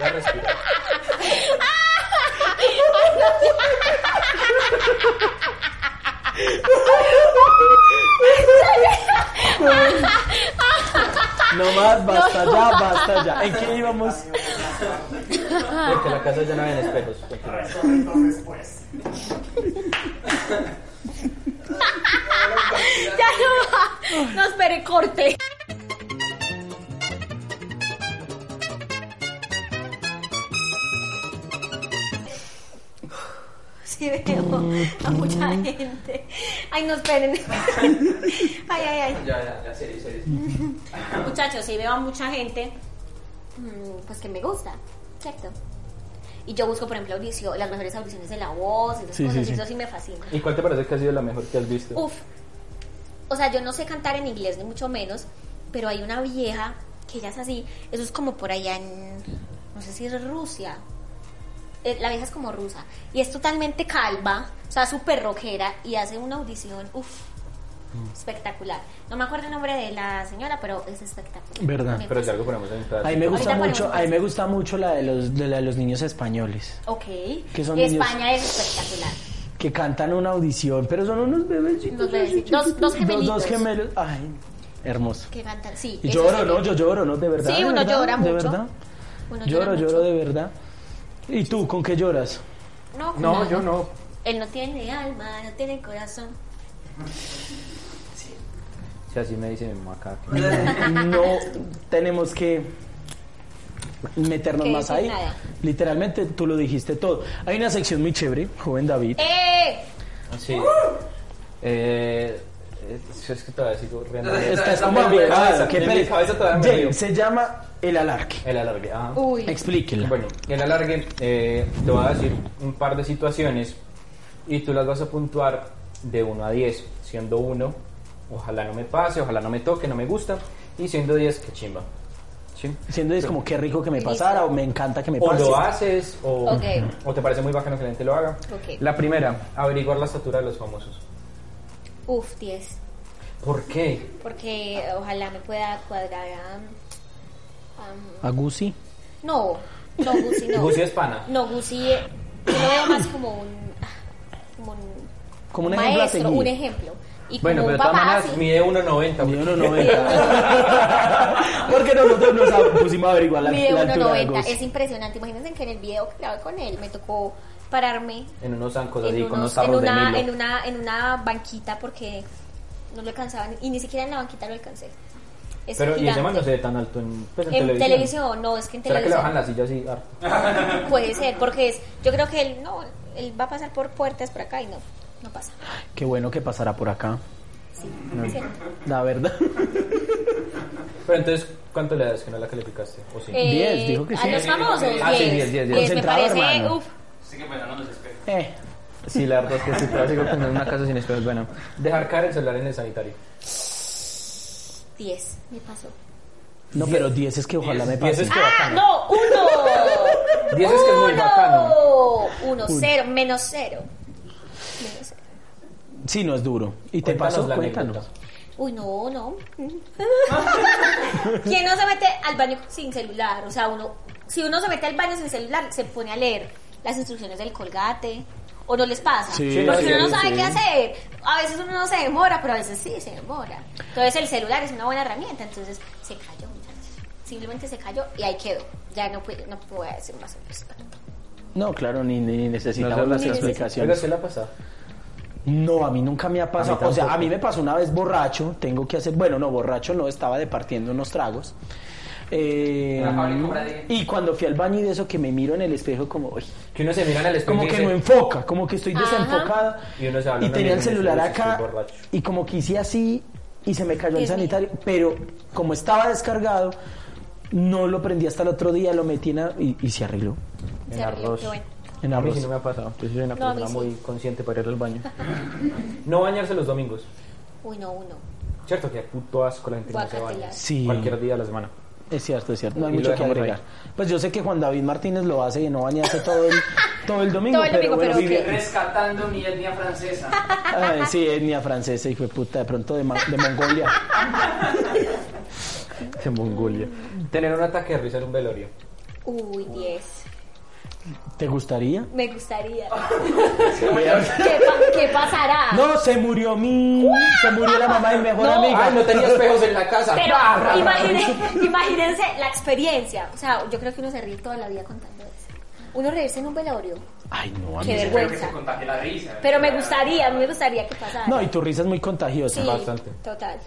[SPEAKER 6] Ya respira.
[SPEAKER 3] No más, basta ya, basta ya. ¿En qué (laughs) íbamos?
[SPEAKER 6] Porque en la casa ya no hay espejos. Continúa.
[SPEAKER 5] (laughs) Ya no va. No espere, corte. Sí veo a mucha gente. Ay, no esperen. (laughs) Ay, ay, ay.
[SPEAKER 6] Ya, ya, ya, serio, serio.
[SPEAKER 5] Muchachos, sí veo a mucha gente mm, pues que me gusta, ¿cierto? Y yo busco, por ejemplo, audicio- las mejores audiciones de la voz, esas
[SPEAKER 3] Sí, sí,
[SPEAKER 5] cosas, y
[SPEAKER 3] sí.
[SPEAKER 5] eso sí me fascina.
[SPEAKER 4] ¿Y cuál te parece que ha sido la mejor que has visto?
[SPEAKER 5] Uf. O sea, yo no sé cantar en inglés, ni mucho menos, pero hay una vieja que ella es así. Eso es como por allá en. No sé si es Rusia. Eh, La vieja es como rusa. Y es totalmente calva, o sea, súper rockera, y hace una audición, uff,
[SPEAKER 3] Mm.
[SPEAKER 5] espectacular. No me acuerdo el nombre de la señora, pero es espectacular.
[SPEAKER 3] Verdad.
[SPEAKER 5] Me
[SPEAKER 4] Pero si
[SPEAKER 5] fascina.
[SPEAKER 4] algo ponemos en un pedacito.
[SPEAKER 3] A mí me gusta
[SPEAKER 5] Ahorita ponemos
[SPEAKER 3] mucho, a mí me gusta mucho la de los, de la de los niños españoles,
[SPEAKER 5] Ok.
[SPEAKER 3] Que son
[SPEAKER 5] España es espectacular.
[SPEAKER 3] que cantan una audición, pero son unos bebés
[SPEAKER 5] Unos
[SPEAKER 3] (laughs)
[SPEAKER 5] bebecitos, dos- dos
[SPEAKER 3] Dos,
[SPEAKER 5] gemelitos.
[SPEAKER 3] gemelos, ay, hermoso.
[SPEAKER 5] Que cantan. Sí.
[SPEAKER 3] Y
[SPEAKER 5] eso
[SPEAKER 3] lloro,
[SPEAKER 5] sí.
[SPEAKER 3] ¿no? Yo lloro, ¿no? De verdad.
[SPEAKER 5] Sí,
[SPEAKER 3] de
[SPEAKER 5] uno
[SPEAKER 3] verdad,
[SPEAKER 5] llora
[SPEAKER 3] De
[SPEAKER 5] mucho.
[SPEAKER 3] verdad.
[SPEAKER 5] Uno llora
[SPEAKER 3] Lloro,
[SPEAKER 5] mucho.
[SPEAKER 3] lloro de verdad. ¿Y tú, con qué lloras?
[SPEAKER 5] No, con
[SPEAKER 6] No,
[SPEAKER 5] nada.
[SPEAKER 6] yo no.
[SPEAKER 5] Él no tiene alma, no tiene corazón.
[SPEAKER 4] Si así me dice mi mamá
[SPEAKER 6] (laughs)
[SPEAKER 4] cada que-
[SPEAKER 3] No tenemos que meternos
[SPEAKER 5] Que
[SPEAKER 3] más
[SPEAKER 5] decir
[SPEAKER 3] ahí.
[SPEAKER 5] nada.
[SPEAKER 3] Literalmente tú lo dijiste todo. Hay una sección muy chévere, joven David.
[SPEAKER 5] ¡Eh!
[SPEAKER 4] Sí. Eh, es es que todavía sigo riendo.
[SPEAKER 3] Estás
[SPEAKER 4] Está
[SPEAKER 3] como
[SPEAKER 4] en mi
[SPEAKER 3] abrigado,
[SPEAKER 4] cabeza,
[SPEAKER 3] qué
[SPEAKER 4] en mi
[SPEAKER 3] pereza.
[SPEAKER 4] cabeza todavía me
[SPEAKER 3] Jane,
[SPEAKER 4] río.
[SPEAKER 3] se llama El Alarque.
[SPEAKER 4] El alargue. ajá.
[SPEAKER 5] Uy.
[SPEAKER 3] Explíquela.
[SPEAKER 4] Bueno, el alargue, eh, te voy a decir un par de situaciones y tú las vas a puntuar de 1 a 10, siendo 1, ojalá no me pase, ojalá no me toque, no me gusta, y siendo 10, que chimba. ¿Sí?
[SPEAKER 3] Siendo es como qué rico que me
[SPEAKER 5] Listo.
[SPEAKER 3] pasara o me encanta que me
[SPEAKER 4] O
[SPEAKER 3] pase.
[SPEAKER 4] lo haces, o,
[SPEAKER 5] Ok.
[SPEAKER 4] o te parece muy bacano que la gente lo haga.
[SPEAKER 5] Ok.
[SPEAKER 4] La primera, averiguar la estatura de los famosos.
[SPEAKER 5] Uf, 10.
[SPEAKER 4] ¿Por qué?
[SPEAKER 5] Porque ojalá me pueda cuadrar a... a-
[SPEAKER 3] A Gucci.
[SPEAKER 5] no, no, Gucci no.
[SPEAKER 4] Gucci es pana.
[SPEAKER 5] No, Gucci... eh, Yo lo veo más como un... Como un
[SPEAKER 3] Como un ejemplo a
[SPEAKER 5] maestro,
[SPEAKER 3] seguir.
[SPEAKER 5] un ejemplo. Y
[SPEAKER 6] Bueno,
[SPEAKER 5] como un
[SPEAKER 6] pero de todas
[SPEAKER 5] papá
[SPEAKER 6] maneras
[SPEAKER 5] así.
[SPEAKER 6] mide 1,90.
[SPEAKER 3] Mide 1.90. (laughs) Porque nosotros nos pusimos a averiguar la,
[SPEAKER 5] Mide
[SPEAKER 3] la altura del
[SPEAKER 5] 1.90,
[SPEAKER 3] bus.
[SPEAKER 5] es impresionante. Imagínense que en el video que grabé con él me tocó pararme
[SPEAKER 6] En unos
[SPEAKER 3] Pues
[SPEAKER 6] zancos así,
[SPEAKER 5] en,
[SPEAKER 6] con unos
[SPEAKER 5] unos- en
[SPEAKER 6] tarros de
[SPEAKER 5] una,
[SPEAKER 6] Milo.
[SPEAKER 5] en, una, en una banquita porque no lo alcanzaban y ni siquiera en la banquita lo alcancé. Es
[SPEAKER 4] Pero, y ese
[SPEAKER 5] gigante.
[SPEAKER 4] man no se ve tan alto en, pues, en
[SPEAKER 5] en televisión.
[SPEAKER 4] televisión.
[SPEAKER 5] no, es que en
[SPEAKER 4] ¿Será que le
[SPEAKER 5] televisión
[SPEAKER 4] bajan la silla así? harto?
[SPEAKER 5] (laughs) puede ser, porque es, yo creo que él no, él va a pasar por puertas por acá y no, no pasa.
[SPEAKER 3] Qué bueno que pasará por acá.
[SPEAKER 5] Sí, es cierto.
[SPEAKER 3] La verdad.
[SPEAKER 6] Pero entonces, ¿cuánto le das que no la calificaste? ¿O sí?
[SPEAKER 5] Eh,
[SPEAKER 3] Diez, dijo que
[SPEAKER 5] a
[SPEAKER 3] sí.
[SPEAKER 5] los famosos,
[SPEAKER 6] Ah, sí,
[SPEAKER 5] 10.
[SPEAKER 6] diez, diez, diez.
[SPEAKER 5] Me
[SPEAKER 3] Concentrado,
[SPEAKER 5] parece,
[SPEAKER 3] hermano.
[SPEAKER 5] uff,
[SPEAKER 3] Eh,
[SPEAKER 4] Sí, la verdad es que sí, pero sigo con una casa sin espejos. Bueno,
[SPEAKER 6] Dejar caer el celular en el sanitario.
[SPEAKER 5] 10, me pasó.
[SPEAKER 3] no, pero 10 es que ojalá me pase.
[SPEAKER 6] es que
[SPEAKER 5] ¡Ah, no!
[SPEAKER 6] (laughs)
[SPEAKER 5] ¡Uno!
[SPEAKER 6] 10 es que es muy bacano.
[SPEAKER 5] Uno, cero, menos cero. Menos cero.
[SPEAKER 3] Sí, no es duro. ¿Y te pasó?
[SPEAKER 6] la
[SPEAKER 3] Cuéntanos.
[SPEAKER 6] anécdota.
[SPEAKER 5] Uy, no,
[SPEAKER 6] (laughs)
[SPEAKER 5] no. ¿Quién no se mete al baño sin celular? O sea, uno, si uno se mete al baño sin celular, se pone a leer las instrucciones del colgate. ¿O no les pasa?
[SPEAKER 3] Sí,
[SPEAKER 5] Porque
[SPEAKER 3] sí,
[SPEAKER 5] uno no sabe
[SPEAKER 3] sí.
[SPEAKER 5] qué hacer. A veces uno no se demora, pero a veces sí se demora. Entonces el celular es una buena herramienta. Entonces se cayó, muchachos. Simplemente se cayó y ahí quedó. Ya no, pude- no voy a decir más sobre eso.
[SPEAKER 3] No, claro, ni, ni necesitamos
[SPEAKER 4] No, no,
[SPEAKER 3] las
[SPEAKER 5] ni necesitamos.
[SPEAKER 6] Oiga,
[SPEAKER 3] explicaciones.
[SPEAKER 6] ¿qué le ha pasado?
[SPEAKER 3] No, a mí nunca me ha pasado.
[SPEAKER 4] A mí
[SPEAKER 3] o sea, a
[SPEAKER 4] tampoco.
[SPEAKER 3] mí me pasó una vez borracho. Tengo que hacer. Bueno, no, borracho no. Estaba departiendo unos tragos. Eh, y cuando fui al baño y de eso que me miro en el espejo, como. "Uy,
[SPEAKER 6] Que uno se mira en el espejo
[SPEAKER 3] como
[SPEAKER 6] y
[SPEAKER 3] que
[SPEAKER 6] dice,
[SPEAKER 3] no enfoca, como que estoy
[SPEAKER 5] Ajá.
[SPEAKER 3] desenfocada.
[SPEAKER 6] Y uno se habla una
[SPEAKER 3] tenía el
[SPEAKER 6] mierda y
[SPEAKER 3] celular
[SPEAKER 6] dice, "Uy,
[SPEAKER 3] acá
[SPEAKER 6] estoy borracho".
[SPEAKER 3] y como que hice así y se me cayó el
[SPEAKER 5] Dios mío.
[SPEAKER 3] sanitario, pero como estaba descargado, no lo prendí hasta el otro día, lo metí en a- y, y se arregló.
[SPEAKER 5] Se arregló, qué bueno.
[SPEAKER 3] En
[SPEAKER 6] A mí
[SPEAKER 3] arroz.
[SPEAKER 6] sí no me ha pasado.
[SPEAKER 4] yo soy una
[SPEAKER 5] No, a mí
[SPEAKER 4] persona
[SPEAKER 5] sí.
[SPEAKER 4] muy consciente para ir al baño.
[SPEAKER 6] (laughs) No bañarse los domingos.
[SPEAKER 5] Uy, no, uno.
[SPEAKER 6] Cierto que puto asco la gente que no se baña.
[SPEAKER 5] Guacatelas.
[SPEAKER 3] Sí.
[SPEAKER 6] Cualquier día de la semana.
[SPEAKER 3] Es cierto, es cierto. No hay
[SPEAKER 4] Y lo
[SPEAKER 3] mucho que
[SPEAKER 4] dejamos ahí.
[SPEAKER 3] agregar. Pues yo sé que Juan David Martínez lo hace y no bañarse todo el, todo el domingo,
[SPEAKER 5] Todo el
[SPEAKER 3] pero bueno,
[SPEAKER 5] domingo, pero
[SPEAKER 3] vive-
[SPEAKER 5] ok.
[SPEAKER 7] Rescatando mi etnia francesa.
[SPEAKER 3] Ay, sí, etnia francesa y fue puta, de pronto de, Ma- de
[SPEAKER 4] (laughs)
[SPEAKER 3] Mongolia.
[SPEAKER 4] En Mongolia.
[SPEAKER 6] Tener un ataque de risa en un velorio.
[SPEAKER 5] Uy, 10.
[SPEAKER 3] ¿Te gustaría?
[SPEAKER 5] Me
[SPEAKER 6] (laughs)
[SPEAKER 5] gustaría. ¿Qué, pa- qué pasará?
[SPEAKER 3] No, se murió mi... Se murió la mamá de mi mejor
[SPEAKER 5] No.
[SPEAKER 3] amiga.
[SPEAKER 6] ¡Ay, no tenía espejos en la casa!
[SPEAKER 5] Pero
[SPEAKER 6] ¡Bah, bah, bah!
[SPEAKER 5] imagine- imagínense la experiencia. O sea, yo creo que uno se ríe toda la vida contando eso. Uno reírse en un velorio.
[SPEAKER 3] Ay, no, a mí
[SPEAKER 5] Qué
[SPEAKER 3] sí.
[SPEAKER 5] vergüenza.
[SPEAKER 7] Contagia la risa.
[SPEAKER 5] Pero me gustaría, a mí me gustaría que pasara.
[SPEAKER 3] No, y tu risa es muy
[SPEAKER 5] sí,
[SPEAKER 3] contagiosa.
[SPEAKER 5] total.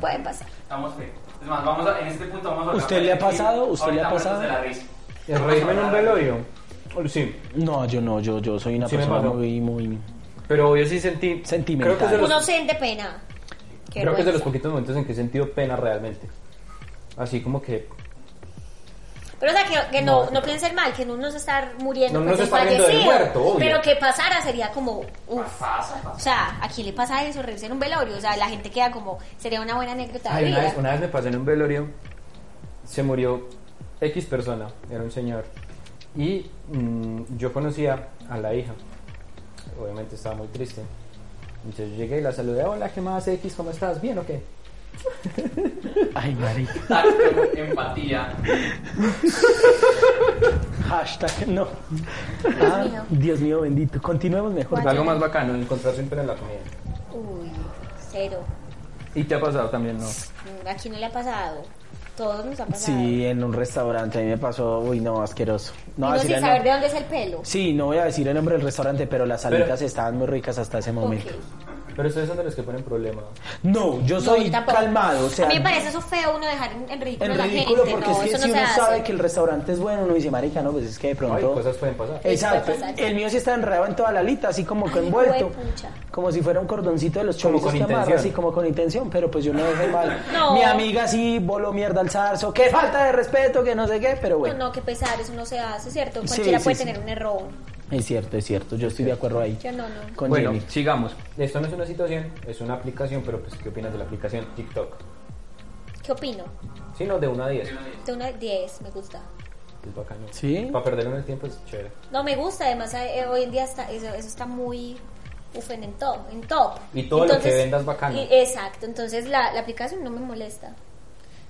[SPEAKER 5] Puede pasar.
[SPEAKER 7] Estamos feos. Es más, vamos a, en este punto vamos a...
[SPEAKER 3] ¿Usted le ha pasado? ¿Usted le ha
[SPEAKER 7] Ahorita muertos
[SPEAKER 3] pasado?
[SPEAKER 7] de la risa.
[SPEAKER 6] ¿El reírme en un velorio? Sí.
[SPEAKER 3] No, yo no, yo, yo soy una
[SPEAKER 6] Sí me
[SPEAKER 3] persona
[SPEAKER 6] pasó.
[SPEAKER 3] muy, muy...
[SPEAKER 6] Pero yo sí sentí...
[SPEAKER 3] Sentimental.
[SPEAKER 6] Creo que es de los,
[SPEAKER 5] Uno siente pena. Qué
[SPEAKER 6] creo que es de los
[SPEAKER 5] vergüenza.
[SPEAKER 6] poquitos momentos en que he sentido pena realmente. Así como que...
[SPEAKER 5] Pero o sea, que, que no, no piensen mal, que no nos está muriendo,
[SPEAKER 6] No,
[SPEAKER 5] pues,
[SPEAKER 6] no
[SPEAKER 5] el
[SPEAKER 6] se está riendo del
[SPEAKER 5] fallecido.
[SPEAKER 6] muerto, obvio.
[SPEAKER 5] Pero que pasara sería como, uff. O sea, ¿a quién le pasa eso? Reírse en un velorio. O sea, la gente queda como, sería una buena anécdota de
[SPEAKER 6] Ay, una,
[SPEAKER 5] vida.
[SPEAKER 6] vez, una vez me pasé en un velorio, se murió X persona, era un señor, y mm, yo conocía a la hija, obviamente estaba muy triste, entonces yo llegué y la saludé, hola, ¿qué más X? ¿Cómo estás? ¿Bien o qué?
[SPEAKER 3] Ay, marica.
[SPEAKER 7] Tacto, empatía.
[SPEAKER 3] Hashtag, no. Dios
[SPEAKER 5] mío.
[SPEAKER 3] Dios mío bendito. Continuemos mejor.
[SPEAKER 5] Guay.
[SPEAKER 6] Algo más bacano, encontrar siempre en la comida.
[SPEAKER 5] Uy, cero. Mm,
[SPEAKER 4] ¿Y te ha pasado también, no?
[SPEAKER 5] ¿A quién no le ha pasado? Todos nos ha pasado.
[SPEAKER 3] Sí, en un restaurante a mí me pasó... Uy, no, asqueroso. No,
[SPEAKER 5] Uno
[SPEAKER 3] así
[SPEAKER 5] sin
[SPEAKER 3] era,
[SPEAKER 5] saber
[SPEAKER 3] no.
[SPEAKER 5] de dónde es el pelo.
[SPEAKER 3] Sí, no voy a decir el nombre del restaurante, pero las
[SPEAKER 6] Pero-
[SPEAKER 3] salitas estaban muy ricas hasta ese momento.
[SPEAKER 5] Ok.
[SPEAKER 6] Pero ustedes son de los que ponen problemas.
[SPEAKER 3] No, yo
[SPEAKER 5] No,
[SPEAKER 3] soy
[SPEAKER 5] yo tampoco.
[SPEAKER 3] calmado, o sea...
[SPEAKER 5] a mí me parece eso feo uno dejar en en ridículo
[SPEAKER 3] el
[SPEAKER 5] a la
[SPEAKER 3] ridículo
[SPEAKER 5] gente.
[SPEAKER 3] porque
[SPEAKER 5] no,
[SPEAKER 3] es que
[SPEAKER 5] eso
[SPEAKER 3] si
[SPEAKER 5] no
[SPEAKER 3] uno
[SPEAKER 5] se
[SPEAKER 3] sabe
[SPEAKER 5] hace.
[SPEAKER 3] que el restaurante es bueno, uno dice, marica, no, pues es que de
[SPEAKER 6] Ay,
[SPEAKER 3] pronto...
[SPEAKER 6] cosas pueden pasar.
[SPEAKER 3] Exacto.
[SPEAKER 5] Puede pasar.
[SPEAKER 3] El mío sí está enredado en toda la alita, así como que
[SPEAKER 5] Ay,
[SPEAKER 3] envuelto.
[SPEAKER 5] juepucha.
[SPEAKER 3] Como si fuera un cordoncito de los
[SPEAKER 6] Como
[SPEAKER 3] chorizos
[SPEAKER 6] con
[SPEAKER 3] que amarra,
[SPEAKER 6] intención.
[SPEAKER 3] así como con intención, pero pues yo no dejé mal.
[SPEAKER 5] (laughs) No.
[SPEAKER 3] Mi amiga sí voló mierda al zarzo, qué falta de respeto, que no sé qué, pero
[SPEAKER 5] No,
[SPEAKER 3] bueno.
[SPEAKER 5] no, que pesar, eso no se hace, ¿cierto?
[SPEAKER 3] Sí,
[SPEAKER 5] Cualquiera
[SPEAKER 3] sí,
[SPEAKER 5] puede
[SPEAKER 3] sí.
[SPEAKER 5] tener un error.
[SPEAKER 3] Es cierto, es cierto, yo estoy de acuerdo ahí.
[SPEAKER 5] Yo no, no.
[SPEAKER 3] Con
[SPEAKER 4] Bueno,
[SPEAKER 3] Jenny.
[SPEAKER 4] sigamos.
[SPEAKER 6] Esto no es una situación, es una aplicación, pero pues, ¿qué opinas de la aplicación TikTok?
[SPEAKER 5] ¿Qué opino?
[SPEAKER 6] Sino de 1 a 10.
[SPEAKER 5] De una 10, me gusta.
[SPEAKER 6] Es bacano.
[SPEAKER 3] ¿Sí?
[SPEAKER 6] Para perder uno el tiempo es chévere.
[SPEAKER 5] No, me gusta, además eh, hoy en día está, eso, eso está muy uf, en, en top, en top.
[SPEAKER 6] Y todo lo que vendas bacano.
[SPEAKER 5] y- exacto, entonces la, la aplicación no me molesta.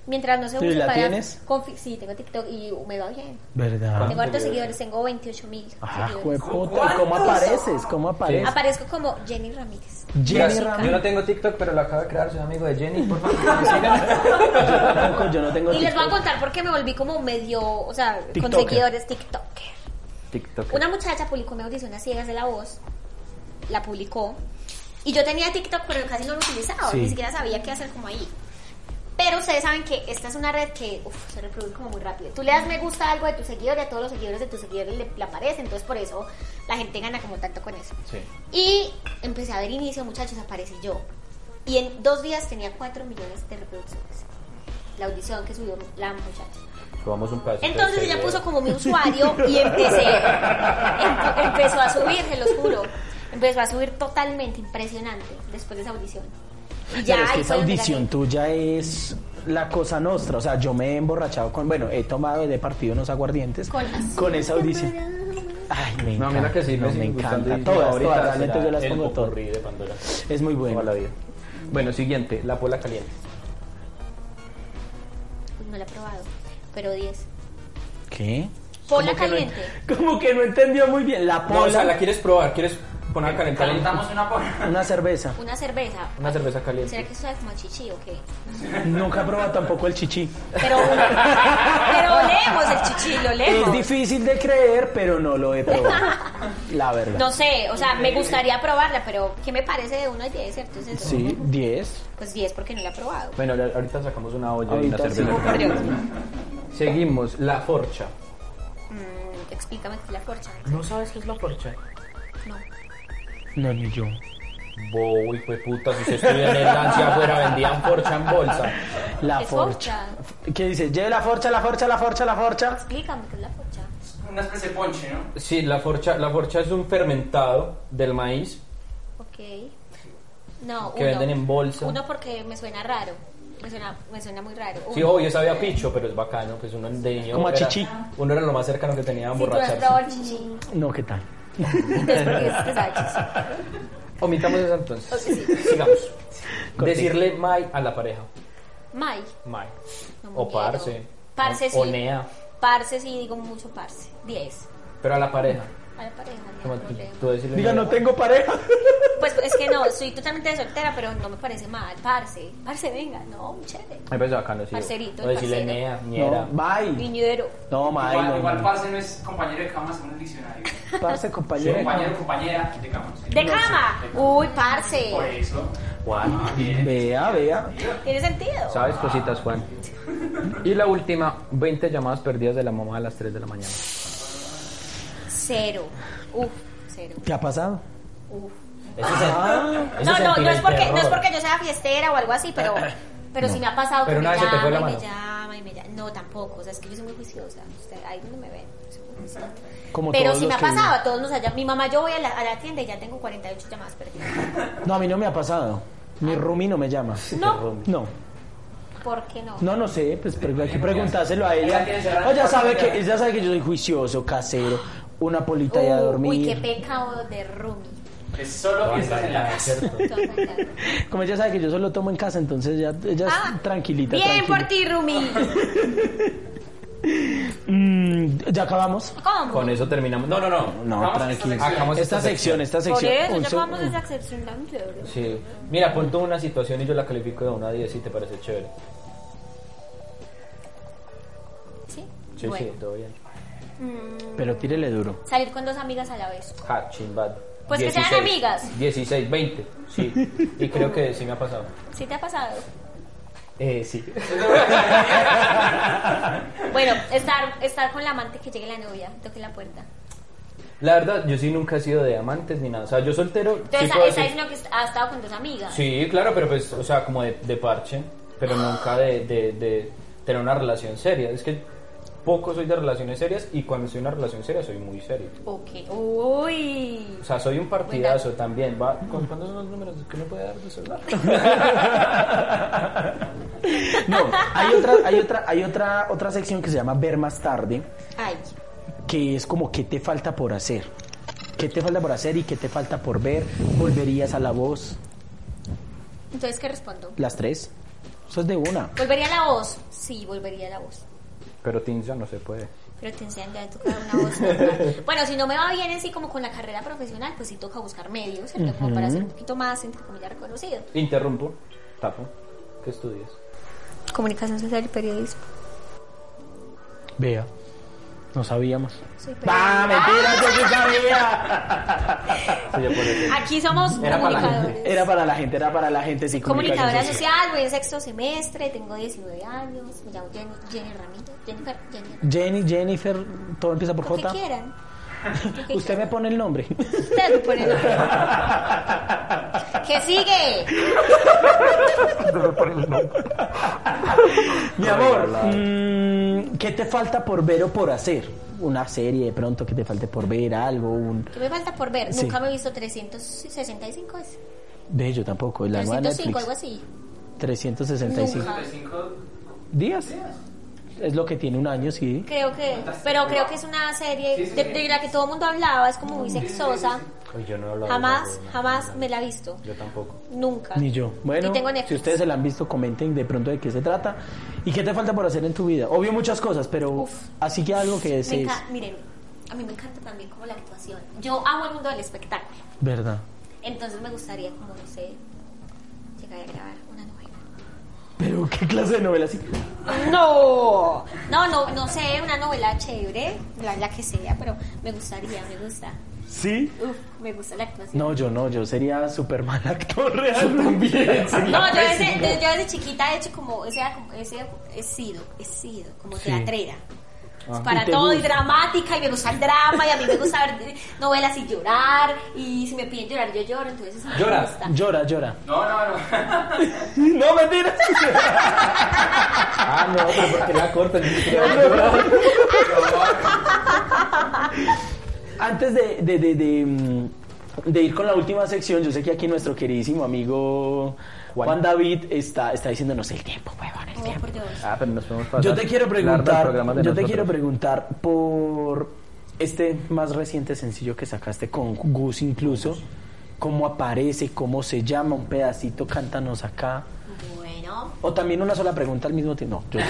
[SPEAKER 5] Mientras no se
[SPEAKER 3] ¿Tú
[SPEAKER 5] use
[SPEAKER 3] la
[SPEAKER 5] para...
[SPEAKER 3] tienes?
[SPEAKER 5] confi- Sí, tengo TikTok y me va bien.
[SPEAKER 3] ¿Verdad?
[SPEAKER 5] Tengo hartos seguidores, tengo 28 mil
[SPEAKER 3] Ah,
[SPEAKER 5] seguidores.
[SPEAKER 3] jueputa, ¿y cómo apareces? ¿Cómo apareces?
[SPEAKER 5] Aparezco como Jenny Ramírez.
[SPEAKER 3] Jenny
[SPEAKER 6] Yo no
[SPEAKER 3] Ramírez.
[SPEAKER 6] tengo TikTok, pero lo acabo de crear, soy amigo de Jenny, por favor.
[SPEAKER 3] Yo tampoco, yo no tengo
[SPEAKER 5] Y les voy a
[SPEAKER 3] TikTok.
[SPEAKER 5] contar por qué me volví como medio, o sea, con
[SPEAKER 3] TikToker.
[SPEAKER 5] seguidores TikToker.
[SPEAKER 4] TikTok.
[SPEAKER 5] Una muchacha publicó una audición a ciegas de la voz, la publicó, y yo tenía TikTok, pero casi no lo utilizaba,
[SPEAKER 3] Sí.
[SPEAKER 5] ni siquiera sabía qué hacer como ahí. Pero ustedes saben que esta es una red que uf, se reproduce como muy rápido. Tú le das me gusta a algo de tu seguidor y a todos los seguidores de tus seguidores le, le aparece, entonces por eso la gente gana como tanto con eso. Y empecé a ver inicio, muchachos, aparecí yo. Y en dos días tenía 4 millones de reproducciones. La audición que subió la muchacha.
[SPEAKER 4] Subamos un pedacito
[SPEAKER 5] Entonces
[SPEAKER 4] de
[SPEAKER 5] ella
[SPEAKER 4] seguidor.
[SPEAKER 5] puso como
[SPEAKER 3] (laughs)
[SPEAKER 5] mi usuario y empecé, empe- empezó a subir, se los juro. Empezó a subir totalmente impresionante después de esa audición. Y ya
[SPEAKER 3] Pero es que
[SPEAKER 5] ahí
[SPEAKER 3] esa
[SPEAKER 5] fue donde
[SPEAKER 3] audición
[SPEAKER 5] gané.
[SPEAKER 3] tuya es la cosa nostra. O sea, yo me he emborrachado con. Bueno, he tomado de partido unos aguardientes.
[SPEAKER 5] Con las-
[SPEAKER 3] con esa audición. Ay, me
[SPEAKER 4] No,
[SPEAKER 3] encanta.
[SPEAKER 4] mira que sí,
[SPEAKER 3] no,
[SPEAKER 4] me,
[SPEAKER 3] me
[SPEAKER 4] sigue gustando
[SPEAKER 3] encanta.
[SPEAKER 4] y
[SPEAKER 3] Todas,
[SPEAKER 4] ahorita
[SPEAKER 3] todas, realmente
[SPEAKER 4] será
[SPEAKER 3] yo las
[SPEAKER 4] el
[SPEAKER 3] pongo todas.
[SPEAKER 4] popurrí de Pandora.
[SPEAKER 3] Es muy bueno.
[SPEAKER 4] Toda la vida. (laughs) Bueno, siguiente, la pola caliente.
[SPEAKER 5] Uy, No la he probado, pero 10.
[SPEAKER 3] ¿Qué?
[SPEAKER 5] Pola
[SPEAKER 3] Como que no-
[SPEAKER 5] caliente.
[SPEAKER 3] como que no entendió muy bien. La
[SPEAKER 6] No,
[SPEAKER 3] pola.
[SPEAKER 6] o sea, la quieres probar, quieres poner a calentar un-
[SPEAKER 7] Calentamos una porra.
[SPEAKER 3] Una cerveza.
[SPEAKER 5] Una cerveza.
[SPEAKER 6] una cerveza
[SPEAKER 5] ¿Será
[SPEAKER 6] caliente.
[SPEAKER 5] que eso sabe como a chichi o qué?
[SPEAKER 3] Nunca he probado tampoco el chichi.
[SPEAKER 5] Pero, pero olemos el chichi, lo
[SPEAKER 3] Es
[SPEAKER 5] olemos.
[SPEAKER 3] difícil de creer, pero no lo he probado.
[SPEAKER 5] (laughs)
[SPEAKER 3] La verdad.
[SPEAKER 5] No sé, o sea, me gustaría probarla, pero ¿qué me parece de 1 a 10, cierto? ¿Es eso?
[SPEAKER 3] Sí, 10.
[SPEAKER 5] Pues 10 porque no la he probado.
[SPEAKER 4] Bueno, ahora- ahorita sacamos una olla
[SPEAKER 3] Ahorita
[SPEAKER 4] y una
[SPEAKER 3] sí.
[SPEAKER 4] cerveza.
[SPEAKER 5] Por Dios.
[SPEAKER 4] Seguimos, la forcha.
[SPEAKER 5] Mm, explícame qué es la corcha.
[SPEAKER 6] ¿No sabes qué es la forcha?
[SPEAKER 5] No.
[SPEAKER 3] No, ni yo.
[SPEAKER 6] Bow, hijo de puta, si se estudia en el Nancy afuera, vendían forcha en bolsa.
[SPEAKER 3] La
[SPEAKER 5] Es
[SPEAKER 3] forcha. ¿Qué dice? Lleve la forcha, la forcha, la forcha, la forcha.
[SPEAKER 5] Explícame qué es la corcha.
[SPEAKER 7] Una especie de ponche, ¿no?
[SPEAKER 6] Sí, la forcha, la forcha es un fermentado del maíz
[SPEAKER 5] Ok. No,
[SPEAKER 6] que
[SPEAKER 5] uno.
[SPEAKER 6] venden en bolsa.
[SPEAKER 5] Uno porque me suena raro. Me suena, me suena muy raro.
[SPEAKER 6] Sí,
[SPEAKER 5] Uno.
[SPEAKER 6] obvio, sabía a picho, pero es bacano, pues uno de niño...
[SPEAKER 3] Como a
[SPEAKER 6] era-
[SPEAKER 3] chichi.
[SPEAKER 6] Uno era lo más cercano que tenía a
[SPEAKER 5] Si tú has
[SPEAKER 6] emborracharse.
[SPEAKER 5] probado el chichi,
[SPEAKER 3] No, ¿qué tal?
[SPEAKER 5] entonces porque es que sabe chichi.
[SPEAKER 6] Omitamos eso entonces.
[SPEAKER 4] (laughs)
[SPEAKER 6] Sigamos. Decirle Mai a la pareja.
[SPEAKER 5] May.
[SPEAKER 6] Mai.
[SPEAKER 5] No me
[SPEAKER 6] o
[SPEAKER 5] quiero.
[SPEAKER 6] parce.
[SPEAKER 5] Parce
[SPEAKER 6] o,
[SPEAKER 5] sí.
[SPEAKER 6] o nea.
[SPEAKER 5] Parce sí, digo mucho parce. 10.
[SPEAKER 6] Pero a la pareja.
[SPEAKER 5] A la pareja, no hay
[SPEAKER 6] Como tú,
[SPEAKER 5] problema.
[SPEAKER 6] tú decirle
[SPEAKER 3] Diga,
[SPEAKER 6] nea.
[SPEAKER 3] no tengo pareja.
[SPEAKER 5] Pues es que no, soy totalmente soltera, pero no me parece mal. Parce. Parce, venga. No, chévere.
[SPEAKER 4] Me parece bacano, sí.
[SPEAKER 5] Parcerito,
[SPEAKER 6] O decirle
[SPEAKER 5] parcero.
[SPEAKER 6] nea, ñera.
[SPEAKER 3] No, bye.
[SPEAKER 5] Viñero.
[SPEAKER 3] No, mae,
[SPEAKER 7] Igual,
[SPEAKER 3] no,
[SPEAKER 7] igual
[SPEAKER 3] no.
[SPEAKER 7] parce no es compañero de cama, según el diccionario.
[SPEAKER 3] Parce, compañero.
[SPEAKER 7] Compañero, compañera de cama. sí.
[SPEAKER 5] De cama. Uy, parce.
[SPEAKER 7] Por eso.
[SPEAKER 4] Juan.
[SPEAKER 3] Vea, vea.
[SPEAKER 5] Tiene sentido.
[SPEAKER 4] ¿Sabes cositas, Juan? Y la última, 20 llamadas perdidas de la mamá a las 3 de la mañana.
[SPEAKER 5] Cero. Uf, cero.
[SPEAKER 3] ¿Qué ha pasado? Ah.
[SPEAKER 5] Uf.
[SPEAKER 6] Eso es el- eso
[SPEAKER 5] No, no,
[SPEAKER 6] sentir
[SPEAKER 5] no es,
[SPEAKER 6] el
[SPEAKER 5] porque, no es
[SPEAKER 6] terror.
[SPEAKER 5] porque yo sea fiestera o algo así, pero,
[SPEAKER 6] (laughs)
[SPEAKER 5] pero sí me ha pasado
[SPEAKER 6] Pero
[SPEAKER 5] que
[SPEAKER 6] una
[SPEAKER 5] me
[SPEAKER 6] vez se te
[SPEAKER 5] llama
[SPEAKER 6] fue
[SPEAKER 5] y
[SPEAKER 6] la
[SPEAKER 5] me
[SPEAKER 6] mano.
[SPEAKER 5] llama y me llama. No, tampoco, o sea, es que yo soy muy juiciosa. Usted, ahí donde me ven. soy muy juiciosa.
[SPEAKER 3] Como
[SPEAKER 5] pero
[SPEAKER 3] todos
[SPEAKER 5] sí me
[SPEAKER 3] los
[SPEAKER 5] ha
[SPEAKER 3] que
[SPEAKER 5] pasado, a todos nos ha llamado. Mi mamá, yo voy a la, a la tienda y ya tengo 48 llamadas perdidas.
[SPEAKER 6] (laughs)
[SPEAKER 3] No, a mí no me ha pasado. Mi Rumi no me llama.
[SPEAKER 5] No,
[SPEAKER 3] No,
[SPEAKER 5] ¿por qué no?
[SPEAKER 3] no, no sé, pues pero hay que preguntárselo a ella. Ella sabe que ella sabe que yo soy juicioso, casero, una polita y a
[SPEAKER 5] Uh, Uy, qué
[SPEAKER 3] dormir.
[SPEAKER 5] pecado de Rumi.
[SPEAKER 7] Es pues solo que estás en la casa.
[SPEAKER 6] (laughs)
[SPEAKER 3] Como ella sabe que yo solo tomo en casa, entonces ya ella es
[SPEAKER 5] Ah,
[SPEAKER 3] tranquilita,
[SPEAKER 5] Bien por
[SPEAKER 3] tranquila.
[SPEAKER 5] ti,
[SPEAKER 6] (laughs)
[SPEAKER 5] Rumi.
[SPEAKER 3] Mm, ya acabamos.
[SPEAKER 5] ¿Cómo?
[SPEAKER 6] Con eso terminamos. No, no, no.
[SPEAKER 3] No,
[SPEAKER 7] Vamos a esta
[SPEAKER 3] tranquila.
[SPEAKER 7] sección.
[SPEAKER 6] Hagamos
[SPEAKER 3] Esta sección, esta
[SPEAKER 5] por
[SPEAKER 3] sección.
[SPEAKER 5] eso,
[SPEAKER 3] Un
[SPEAKER 5] ya
[SPEAKER 3] so-
[SPEAKER 5] vamos a esa sección tan chévere.
[SPEAKER 6] Sí. Mira, pon tú una situación y yo la califico de una a 10 si te parece chévere.
[SPEAKER 5] ¿Sí?
[SPEAKER 6] Sí,
[SPEAKER 5] Bueno.
[SPEAKER 6] sí, todo bien.
[SPEAKER 5] Mm,
[SPEAKER 3] Pero tírele duro.
[SPEAKER 5] salir con dos amigas a la vez.
[SPEAKER 6] Ja, chimbad.
[SPEAKER 5] Pues que sean
[SPEAKER 6] 16,
[SPEAKER 5] amigas.
[SPEAKER 6] 16, 20. Sí. Y creo que sí me ha pasado.
[SPEAKER 5] ¿Sí te ha pasado?
[SPEAKER 6] Eh, sí.
[SPEAKER 5] Bueno, estar, estar con la amante que llegue la novia, toque la puerta.
[SPEAKER 6] La verdad, yo sí nunca he sido de amantes ni nada. O sea, yo soltero. sí
[SPEAKER 5] Entonces, esa,
[SPEAKER 6] puedo
[SPEAKER 5] esa
[SPEAKER 6] decir-
[SPEAKER 5] es una que est- ha estado con dos amigas.
[SPEAKER 6] Sí, claro, pero pues, o sea, como de, de parche, pero nunca de, de- de tener una relación seria. Es que poco soy de relaciones serias y cuando soy una relación seria soy muy serio.
[SPEAKER 5] Ok. Uy.
[SPEAKER 6] O sea, soy un partidazo también. Va, ¿Con cuántos son los números que uno puede dar de
[SPEAKER 5] (laughs)
[SPEAKER 6] celular?
[SPEAKER 3] No, hay otra, hay otra, hay otra, otra sección que se llama Ver más tarde,
[SPEAKER 5] Ay.
[SPEAKER 3] que es como qué te falta por hacer. ¿Qué te falta por hacer y qué te falta por ver? ¿Volverías a la voz?
[SPEAKER 5] Entonces, ¿qué respondo?
[SPEAKER 3] Las tres.
[SPEAKER 8] Eso es de una.
[SPEAKER 5] ¿Volvería la voz? Sí, volvería la voz.
[SPEAKER 6] Pero Teams ya no se puede.
[SPEAKER 5] Pero te enseñan ya a tocar una voz.
[SPEAKER 6] (laughs)
[SPEAKER 5] normal. bueno, si no me va bien así como con la carrera profesional, pues sí toca buscar medios, ¿cierto? Como para ser un poquito más, entre comillas, reconocido.
[SPEAKER 6] Interrumpo. Tapo. ¿Qué estudias?
[SPEAKER 5] Comunicación social y periodismo.
[SPEAKER 8] Vea. No sabíamos.
[SPEAKER 5] Soy
[SPEAKER 8] ¡Ah,
[SPEAKER 5] periodista.
[SPEAKER 8] mentira! ¡Yo sí sabía!
[SPEAKER 6] Sí, ya por eso.
[SPEAKER 5] Aquí somos
[SPEAKER 6] (laughs) Era para la
[SPEAKER 5] comunicadores.
[SPEAKER 8] Era para la gente, era para la gente, sí.
[SPEAKER 5] Comunicadora
[SPEAKER 8] comunicación social.
[SPEAKER 5] social, voy en sexto semestre, tengo 19 años, me llamo Jenny, Jenny Ramírez. Jennifer, Jenny.
[SPEAKER 8] Jenny, Jennifer, todo empieza por
[SPEAKER 5] Lo que
[SPEAKER 8] J. (laughs)
[SPEAKER 5] quieran. Lo que
[SPEAKER 8] Usted me
[SPEAKER 5] quieran.
[SPEAKER 8] pone el nombre. (laughs)
[SPEAKER 5] Usted me pone el- ¿Qué sigue?
[SPEAKER 8] Mi amor, mm, ¿qué te falta por ver o por hacer? Una serie de pronto que te falte por ver, algo, un...
[SPEAKER 5] ¿Qué me falta por ver?
[SPEAKER 8] Sí.
[SPEAKER 5] Nunca me he visto 365. es.
[SPEAKER 8] De yo tampoco, la nueva
[SPEAKER 5] 305,
[SPEAKER 8] Netflix.
[SPEAKER 5] algo así.
[SPEAKER 8] 365
[SPEAKER 5] Nunca.
[SPEAKER 8] días. Es lo que tiene un año, sí.
[SPEAKER 5] Creo que, pero creo que es una serie de, de la que todo el mundo hablaba, es como muy sexosa.
[SPEAKER 6] Uy, yo no he hablado
[SPEAKER 5] Jamás,
[SPEAKER 6] de eso.
[SPEAKER 5] jamás me la he visto.
[SPEAKER 6] Yo tampoco.
[SPEAKER 5] Nunca.
[SPEAKER 8] Ni yo. Bueno,
[SPEAKER 5] Y tengo
[SPEAKER 8] si
[SPEAKER 5] Netflix.
[SPEAKER 8] ustedes se la han visto, comenten de pronto de qué se trata. ¿Y qué te falta por hacer en tu vida? Obvio muchas cosas, pero
[SPEAKER 5] Uf.
[SPEAKER 8] así que algo que
[SPEAKER 5] Me
[SPEAKER 8] desees.
[SPEAKER 5] enca- Miren, a mí me encanta también como la actuación. Yo amo el mundo del espectáculo.
[SPEAKER 8] ¿Verdad?
[SPEAKER 5] Entonces me gustaría, como no sé, llegar a grabar una novela.
[SPEAKER 8] Pero qué clase de novela así.
[SPEAKER 5] No, no, no, no sé, una novela chévere, la, la que sea, pero me gustaría, me gusta.
[SPEAKER 8] ¿Sí?
[SPEAKER 5] Uf, me gusta la actuación.
[SPEAKER 8] No, yo no, yo sería súper mal actor (laughs) real también. sería
[SPEAKER 5] No, yo desde,
[SPEAKER 8] pésimo.
[SPEAKER 5] de- yo desde chiquita he hecho como, o sea, como- ese, he sido, he sido como teatrera. Pues Para
[SPEAKER 8] ¿Y te
[SPEAKER 5] todo, y
[SPEAKER 8] gusta?
[SPEAKER 5] dramática, y me gusta el drama, y a mí me gusta ver novelas y llorar, y si me piden llorar, yo lloro, entonces eso me
[SPEAKER 9] ¿Lloras?
[SPEAKER 5] gusta.
[SPEAKER 8] Llora, llora. (laughs)
[SPEAKER 7] No, no, no.
[SPEAKER 8] No, mentira. (laughs)
[SPEAKER 6] Ah, no, pero porque la corta.
[SPEAKER 4] Ah,
[SPEAKER 8] Antes de, de, de, de, mm, de ir con la última sección, yo sé que aquí nuestro queridísimo amigo Juan,
[SPEAKER 6] Juan.
[SPEAKER 8] David está, está diciéndonos el tiempo, huevón, el
[SPEAKER 5] Oh,
[SPEAKER 8] tiempo.
[SPEAKER 5] por Dios.
[SPEAKER 6] Ah, pero nos podemos pasar.
[SPEAKER 8] Yo te quiero
[SPEAKER 6] largo el
[SPEAKER 8] preguntar,
[SPEAKER 6] programa de
[SPEAKER 8] yo te
[SPEAKER 6] nosotros.
[SPEAKER 8] quiero preguntar por este más reciente sencillo que sacaste con Gus incluso, cómo aparece, cómo se llama un pedacito, cántanos acá.
[SPEAKER 5] Bueno,
[SPEAKER 8] O también una sola pregunta al mismo tiempo. No, yo te-
[SPEAKER 5] (laughs)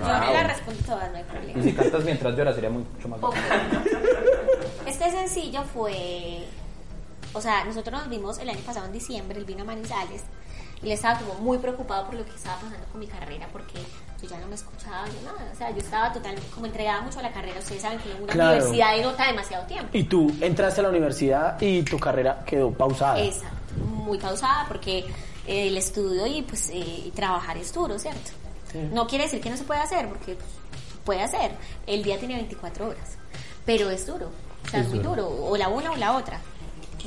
[SPEAKER 5] yo me la respondo todas, no hay
[SPEAKER 6] Y
[SPEAKER 5] problema.
[SPEAKER 6] si cantas mientras lloras sería mucho más
[SPEAKER 5] Ok.
[SPEAKER 6] bacano.
[SPEAKER 5] Este sencillo fue. O sea, nosotros nos vimos el año pasado en diciembre, él vino a Manizales y él estaba como muy preocupado por lo que estaba pasando con mi carrera porque yo ya no me escuchaba yo nada. O sea, yo estaba totalmente como entregada mucho a la carrera. Ustedes saben que en una
[SPEAKER 8] Claro.
[SPEAKER 5] universidad denota demasiado tiempo.
[SPEAKER 8] Y tú entraste a la universidad y tu carrera quedó pausada.
[SPEAKER 5] Exacto, muy pausada porque eh, el estudio y pues eh, y trabajar es duro, ¿cierto? No quiere decir que no se puede hacer, porque pues, puede hacer. El día tiene 24 horas, pero es duro, o sea, es, muy duro. o la una o la otra.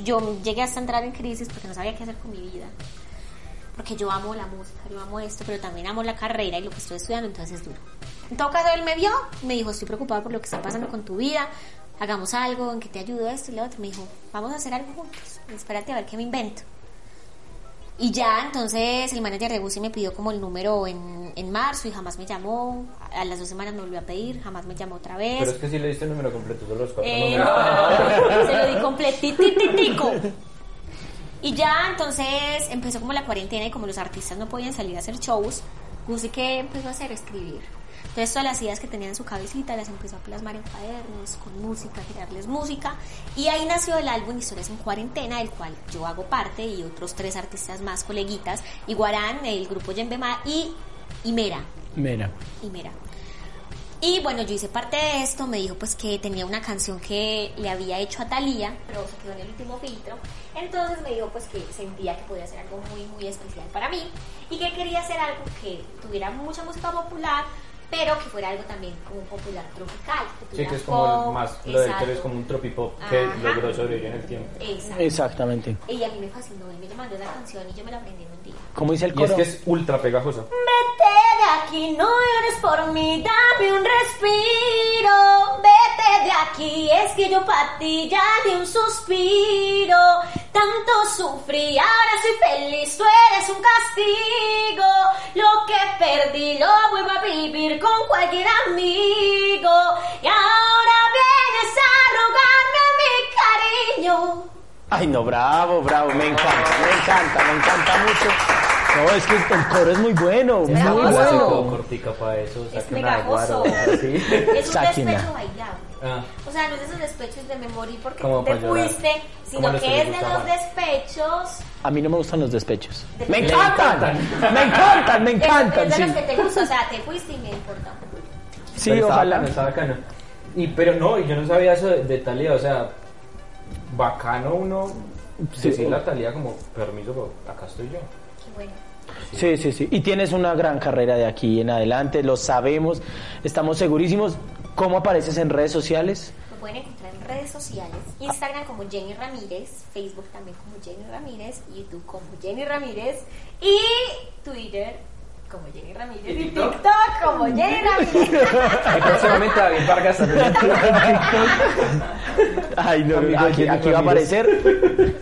[SPEAKER 5] Yo llegué hasta entrar en crisis porque no sabía qué hacer con mi vida, porque yo amo la música, yo amo esto, pero también amo la carrera y lo que estoy estudiando, entonces es duro. En todo caso, él me vio, me dijo, estoy preocupada por lo que está pasando con tu vida, hagamos algo, en que te ayudo, esto y lo otro. Me dijo, vamos a hacer algo juntos, espérate a ver qué me invento. Y ya, entonces el manager de Gucci me pidió como el número en, en marzo y jamás me llamó. A las dos semanas me volvió a pedir, jamás me llamó otra vez.
[SPEAKER 6] Pero es que si le diste el número completo, solo los cuatro
[SPEAKER 5] Eh,
[SPEAKER 6] números.
[SPEAKER 5] se lo di completititico. Y ya entonces empezó como la cuarentena y como los artistas no podían salir a hacer shows, Gusi que empezó a hacer escribir. Entonces todas las ideas que tenía en su cabecita las empezó a plasmar en cuadernos, con música, crearles música. Y ahí nació el álbum Historias en Cuarentena, del cual yo hago parte y otros tres artistas más, coleguitas, Iguarán, el grupo Yembema y Imera.
[SPEAKER 8] Mira.
[SPEAKER 5] Imera. Y bueno, yo hice parte de esto, me dijo pues que tenía una canción que le había hecho a Talía, pero se quedó en el último filtro. Entonces me dijo pues que sentía que podía hacer algo muy, muy especial para mí y que quería hacer algo que tuviera mucha música popular, pero que fuera algo también como popular tropical.
[SPEAKER 6] Sí,
[SPEAKER 5] tuviera
[SPEAKER 6] que es como
[SPEAKER 5] pop,
[SPEAKER 6] el más, lo del que es
[SPEAKER 5] exacto.
[SPEAKER 6] como un tropipop que
[SPEAKER 5] Ajá.
[SPEAKER 6] logró sobrevivir en el tiempo.
[SPEAKER 5] Exacto.
[SPEAKER 8] Exactamente.
[SPEAKER 5] Y a mí me fascinó, él me mandó la canción y yo me la aprendí en un día.
[SPEAKER 8] ¿Cómo dice el
[SPEAKER 6] Y es
[SPEAKER 8] coro?
[SPEAKER 6] que es ultra pegajosa.
[SPEAKER 5] Vete de aquí, no llores por mí, dame un respiro. Vete de aquí, es que yo para ti ya di un suspiro. Tanto sufrí, ahora soy feliz, tú eres un castigo. Lo que perdí lo vuelvo a vivir con cualquier amigo. Y ahora vienes a rogarme mi cariño.
[SPEAKER 8] Ay, no, bravo, bravo, me encanta, me encanta, me encanta mucho. No, es que el coro es muy bueno, muy
[SPEAKER 5] Bravo.
[SPEAKER 8] bueno.
[SPEAKER 5] Bueno.
[SPEAKER 6] Todo cortica para eso,
[SPEAKER 5] Es
[SPEAKER 6] saquen una de guaro,
[SPEAKER 5] pegajoso.
[SPEAKER 6] así.
[SPEAKER 8] (laughs)
[SPEAKER 5] Es un
[SPEAKER 8] Sáquenla.
[SPEAKER 5] despecho bailable.
[SPEAKER 6] Ah,
[SPEAKER 5] O sea, no es de esos despechos de memoria porque
[SPEAKER 6] Como
[SPEAKER 5] te
[SPEAKER 6] para llorar.
[SPEAKER 5] fuiste,
[SPEAKER 6] Como
[SPEAKER 5] sino
[SPEAKER 6] los
[SPEAKER 5] que es de
[SPEAKER 6] Felipe
[SPEAKER 5] los
[SPEAKER 6] Guzmán.
[SPEAKER 5] despechos.
[SPEAKER 8] A mí no me gustan los despechos.
[SPEAKER 5] De-
[SPEAKER 8] Me
[SPEAKER 5] Le
[SPEAKER 8] encantan, me encantan, (laughs) me
[SPEAKER 5] es-
[SPEAKER 8] encantan.
[SPEAKER 5] Es de
[SPEAKER 8] Sí,
[SPEAKER 5] los que te gusta, o sea,
[SPEAKER 6] (laughs)
[SPEAKER 5] te fuiste y me importa. un culo.
[SPEAKER 8] Sí,
[SPEAKER 6] pero estaba
[SPEAKER 8] ojalá.
[SPEAKER 6] bacano, estaba bacano. Y, pero no, yo no sabía eso de, de Talía, o sea, bacano uno
[SPEAKER 8] Sí.
[SPEAKER 6] decirle a Talía como, permiso, pero acá estoy yo.
[SPEAKER 5] Qué bueno.
[SPEAKER 8] Sí, sí, sí. Y tienes una gran carrera de aquí en adelante, lo sabemos, estamos segurísimos. ¿Cómo apareces en redes sociales?
[SPEAKER 5] Lo pueden encontrar en redes sociales, Instagram como Jenny Ramírez, Facebook también como Jenny Ramírez, YouTube como Jenny Ramírez y Twitter como Jenny Ramírez y TikTok como
[SPEAKER 6] (laughs)
[SPEAKER 5] Jenny Ramírez.
[SPEAKER 6] Y próximamente David Vargas también.
[SPEAKER 8] Ay, no,
[SPEAKER 6] Amigo,
[SPEAKER 8] aquí,
[SPEAKER 6] Jenny
[SPEAKER 8] aquí va a
[SPEAKER 6] Ramírez.
[SPEAKER 8] (laughs) aparecer.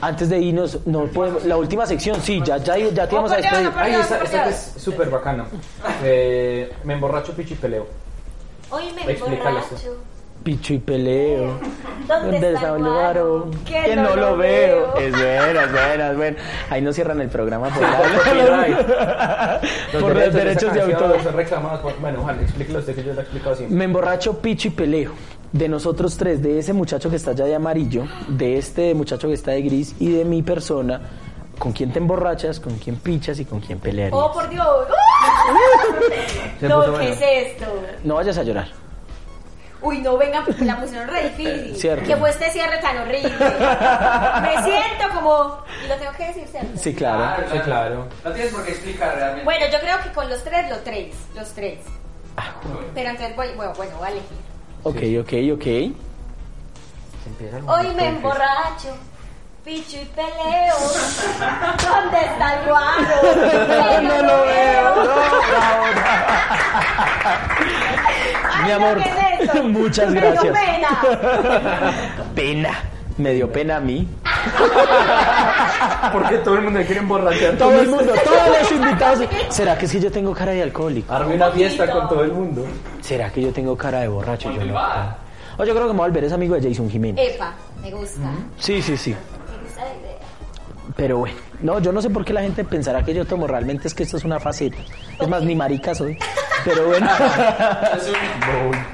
[SPEAKER 8] Antes de irnos, no podemos- la última sección, sí, ya, ya, pues ya te íbamos a este
[SPEAKER 5] Oh, por Dios,
[SPEAKER 8] despedir.
[SPEAKER 5] por
[SPEAKER 6] Ay,
[SPEAKER 5] Dios,
[SPEAKER 6] esa,
[SPEAKER 5] por
[SPEAKER 6] esa que
[SPEAKER 5] Dios.
[SPEAKER 6] es súper bacana.
[SPEAKER 5] (laughs)
[SPEAKER 6] Eh, me emborracho
[SPEAKER 8] (laughs)
[SPEAKER 6] pichipeleo.
[SPEAKER 5] Hoy me
[SPEAKER 6] Explícale eso.
[SPEAKER 5] borracho.
[SPEAKER 8] Picho y peleo.
[SPEAKER 5] ¿Dónde está el guaro?
[SPEAKER 8] Que, no, lo veo. Es bueno, es bueno, es bueno. Ahí no cierran el programa por, por los derechos de autor.
[SPEAKER 6] Son reclamados por- bueno, Juan, explíquelo usted que yo lo he explicado siempre.
[SPEAKER 8] Me emborracho, picho y peleo. De nosotros tres, de ese muchacho que está allá de amarillo, de este muchacho que está de gris y de mi persona, ¿con quién te emborrachas, con quién pichas y con quién peleas?
[SPEAKER 5] Oh, por Dios.
[SPEAKER 6] Se puso
[SPEAKER 5] no, ¿qué
[SPEAKER 6] bueno.
[SPEAKER 5] es esto?
[SPEAKER 8] No vayas a llorar.
[SPEAKER 5] Uy, no vengan porque la pusieron re difícil.
[SPEAKER 8] Cierto.
[SPEAKER 5] Que fue este cierre tan horrible. Me siento como. Y lo tengo que decir, ¿cierto?
[SPEAKER 8] Sí, claro.
[SPEAKER 6] Sí, claro.
[SPEAKER 7] Ah, No tienes por qué explicar realmente.
[SPEAKER 5] Bueno, yo creo que con los tres, los tres. Los tres. Pero entonces voy, bueno, bueno, voy a elegir.
[SPEAKER 8] Ok, ok, (laughs) ok.
[SPEAKER 6] Se empieza el
[SPEAKER 5] Hoy
[SPEAKER 6] momento
[SPEAKER 5] me
[SPEAKER 6] difícil.
[SPEAKER 5] emborracho, picho y peleo. ¿Dónde está el guaro?
[SPEAKER 8] No lo
[SPEAKER 5] (laughs)
[SPEAKER 8] veo. No, ahora.
[SPEAKER 5] Ay,
[SPEAKER 8] Mi
[SPEAKER 5] no,
[SPEAKER 8] amor,
[SPEAKER 5] ¿qué es esto?
[SPEAKER 8] (laughs) muchas
[SPEAKER 5] Me dio
[SPEAKER 8] gracias.
[SPEAKER 5] pena.
[SPEAKER 8] (laughs) Pena. Me dio pena a mí.
[SPEAKER 6] Porque todo el mundo quiere emborrachar.
[SPEAKER 8] Todo el (laughs) mundo, todos los invitados. ¿Será que es que yo tengo cara de alcohólico?
[SPEAKER 6] Arme una fiesta con todo el mundo.
[SPEAKER 8] ¿Será que yo tengo cara de borracho? Yo
[SPEAKER 7] el
[SPEAKER 8] no.
[SPEAKER 7] bar.
[SPEAKER 8] Oh, yo creo que me voy a volver es amigo de Jason Jiménez.
[SPEAKER 5] Epa, me gusta.
[SPEAKER 8] Sí, sí, sí.
[SPEAKER 5] Me gusta la idea.
[SPEAKER 8] Pero bueno, no, yo no sé por qué la gente pensará que yo tomo. Realmente es que esto es una faceta. Es más, ni marica soy. Pero bueno, (laughs)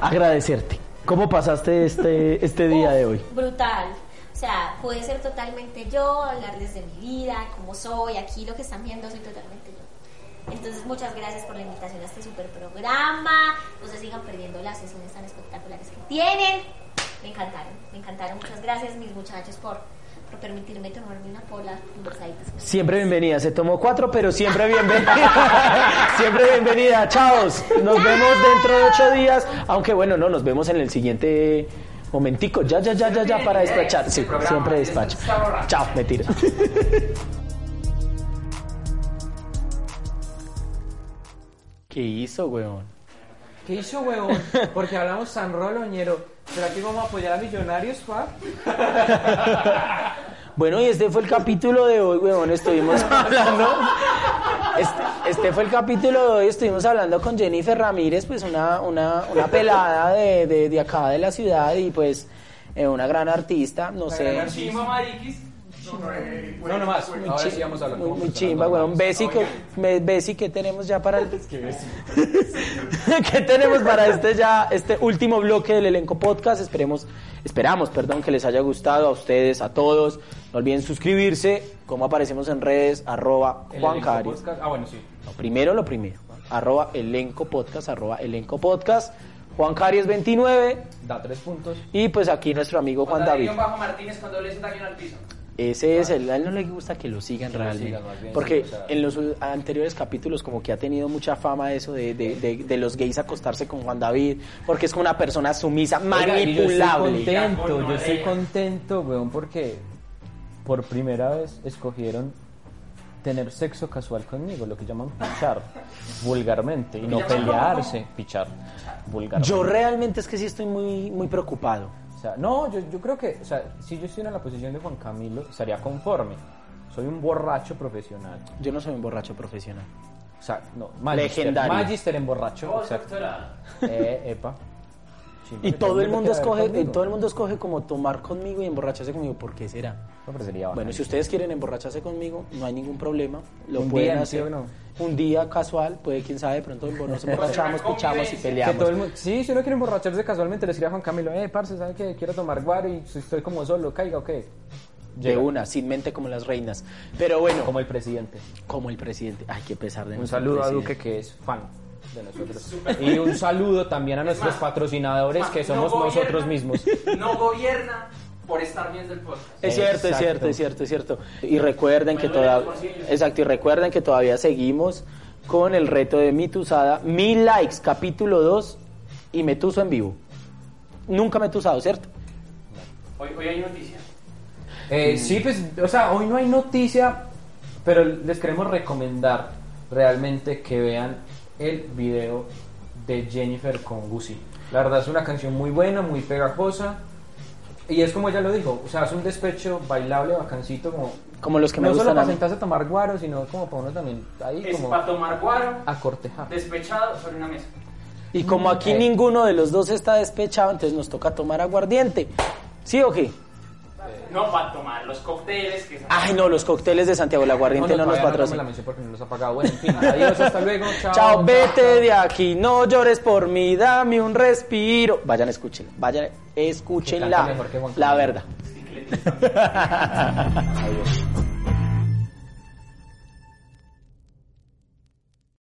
[SPEAKER 8] agradecerte. ¿Cómo pasaste este, este día
[SPEAKER 5] Uf,
[SPEAKER 8] de hoy?
[SPEAKER 5] Brutal. O sea, puede ser totalmente yo, hablarles de mi vida, cómo soy, aquí lo que están viendo soy totalmente yo. Entonces, muchas gracias por la invitación a este super programa. No se sigan perdiendo las sesiones tan espectaculares que tienen. Me encantaron, me encantaron. Muchas gracias, mis muchachos, por, por permitirme tomarme una pola conversaditas.
[SPEAKER 8] Siempre bienvenida. Se tomó cuatro, pero siempre bienvenida. siempre bienvenida. Chaos. Nos vemos dentro de ocho días. Aunque bueno, no, nos vemos en el siguiente momentico. Ya, ya, ya, ya, ya,
[SPEAKER 7] Eh,
[SPEAKER 8] para despachar.
[SPEAKER 7] este
[SPEAKER 8] Sí, siempre despacho. Chao, me tiro. ¿Qué hizo, weón?
[SPEAKER 4] ¿Qué hizo, huevón? Porque hablamos tan roloñero. ¿Será que vamos a apoyar a Millonarios, pa?
[SPEAKER 8] Bueno, y este fue el capítulo de hoy, weón.
[SPEAKER 6] (laughs)
[SPEAKER 8] Estuvimos hablando. Este, este fue el capítulo de hoy. Estuvimos hablando con Jennifer Ramírez, pues una, una, una pelada de, de, de acá de la ciudad y pues eh, una gran artista. No sé.
[SPEAKER 7] Chimba mariquis.
[SPEAKER 6] No, no más. Ahora sí vamos a hablar.
[SPEAKER 8] Muy,
[SPEAKER 6] como
[SPEAKER 8] muy
[SPEAKER 6] personas
[SPEAKER 8] chimba, weón.
[SPEAKER 6] normales.
[SPEAKER 8] Bessie, que, me- Bessie, ¿qué tenemos ya para el... (laughs) ¿Qué tenemos para este ya, este último bloque del elenco podcast? Esperemos, esperamos, perdón, que les haya gustado a ustedes, a todos. No olviden suscribirse, como aparecemos en redes, arroba
[SPEAKER 6] El
[SPEAKER 8] Juan
[SPEAKER 6] elenco
[SPEAKER 8] Cario.
[SPEAKER 6] podcast- Ah, bueno, sí.
[SPEAKER 8] No, primero lo primero, arroba elenco podcast, arroba elenco podcast. Juan Caries 29
[SPEAKER 6] Da tres puntos.
[SPEAKER 8] y pues aquí nuestro amigo Juan David.
[SPEAKER 7] bajo Martínez cuando le un daño al piso.
[SPEAKER 8] Ese es el, a él no le gusta que lo sigan realmente.
[SPEAKER 6] sigan, más bien,
[SPEAKER 8] Porque
[SPEAKER 6] sí, o sea.
[SPEAKER 8] en los anteriores capítulos como que ha tenido mucha fama eso de, de- de- de los gays acostarse con Juan David, porque es como una persona sumisa, manipulable.
[SPEAKER 6] Yo estoy contento, yo estoy contento, weón, porque por primera vez escogieron tener sexo casual conmigo, lo que llaman pichar, vulgarmente, y no pelearse, pichar, vulgarmente.
[SPEAKER 8] Yo realmente es que sí estoy muy, muy preocupado.
[SPEAKER 6] O sea, no, yo, yo creo que, o sea, si yo estuviera en la posición de Juan Camilo, estaría conforme. Soy un borracho profesional.
[SPEAKER 8] Yo no soy un borracho profesional.
[SPEAKER 6] O sea, no, magister,
[SPEAKER 8] Legendario.
[SPEAKER 6] magister en borracho, exacto. Eh, epa.
[SPEAKER 3] Y todo el mundo
[SPEAKER 4] Quiere
[SPEAKER 3] escoge,
[SPEAKER 4] beber conmigo.
[SPEAKER 3] todo el mundo escoge como tomar conmigo y emborracharse conmigo. ¿Por qué será?
[SPEAKER 4] No, pero sería
[SPEAKER 3] Bueno,
[SPEAKER 4] bacán.
[SPEAKER 3] si ustedes quieren emborracharse conmigo, no hay ningún problema. Lo
[SPEAKER 4] Un
[SPEAKER 3] pueden
[SPEAKER 4] día, ¿sí
[SPEAKER 3] hacer.
[SPEAKER 4] o no?
[SPEAKER 3] Un día casual, puede, quién sabe, de pronto
[SPEAKER 4] (laughs)
[SPEAKER 3] nos emborrachamos, pichamos y
[SPEAKER 4] Que
[SPEAKER 3] peleamos.
[SPEAKER 4] todo el mundo- sí, si uno quiere emborracharse casualmente, le diría a Juan Camilo, eh, parce, ¿sabe qué? Quiero tomar guaro y si estoy como solo, caiga, ok.
[SPEAKER 3] De una, sin mente como las reinas. Pero bueno,
[SPEAKER 4] Como el presidente.
[SPEAKER 3] como el presidente. Ay, qué pesar de
[SPEAKER 4] Un
[SPEAKER 3] nuestro
[SPEAKER 4] saludo a
[SPEAKER 3] presidente.
[SPEAKER 4] Duque, que es fan de nosotros. Y un saludo también a nuestros patrocinadores, que somos nosotros (laughs) mismos.
[SPEAKER 7] (laughs) No gobierna por estar bien del podcast.
[SPEAKER 3] Es cierto, es
[SPEAKER 4] Exacto.
[SPEAKER 3] cierto, es cierto, es cierto. Y recuerden que
[SPEAKER 7] Manuel,
[SPEAKER 3] todavía,
[SPEAKER 7] por cielo.
[SPEAKER 3] exacto, y recuerden que todavía seguimos con el reto de Mitusada, mil likes, capítulo 2 y Metuso en vivo. Nunca Metusado, ¿cierto?
[SPEAKER 7] Hoy, hoy hay noticia.
[SPEAKER 4] Eh, sí, pues, o sea, hoy no hay noticia, pero les queremos recomendar realmente que vean el video de Jennifer con Guzzi. La verdad es una canción muy buena, muy pegajosa. Y es como ella lo dijo, o sea, es un despecho bailable, bacancito, como...
[SPEAKER 3] Como los que me
[SPEAKER 4] no solo
[SPEAKER 3] gustan a
[SPEAKER 4] para
[SPEAKER 3] mí.
[SPEAKER 4] sentarse a tomar guaro, sino como para uno también ahí
[SPEAKER 7] Es
[SPEAKER 4] como
[SPEAKER 7] para tomar guaro,
[SPEAKER 4] a cortejar.
[SPEAKER 7] despechado sobre una mesa.
[SPEAKER 3] Y como aquí
[SPEAKER 4] Eh.
[SPEAKER 3] ninguno de los dos está despechado, entonces nos toca tomar aguardiente. ¿Sí o qué?
[SPEAKER 7] No para tomar los cócteles que
[SPEAKER 3] Ay, no, los cócteles de Santiago, el aguardiente no, nos
[SPEAKER 4] todavía no me la
[SPEAKER 3] patrocina.
[SPEAKER 4] mención porque no los ha pagado. Bueno, en fin, adiós, hasta luego, chao.
[SPEAKER 3] (laughs) Chao, vete de aquí, no llores por mí, dame un respiro. Vayan, escúchenla, vayan,
[SPEAKER 4] Que canta
[SPEAKER 3] escúchenla.
[SPEAKER 4] mejor que Juan
[SPEAKER 3] La
[SPEAKER 4] Camilo.
[SPEAKER 3] verdad.
[SPEAKER 4] (laughs)
[SPEAKER 7] bicicletas.
[SPEAKER 4] Adiós.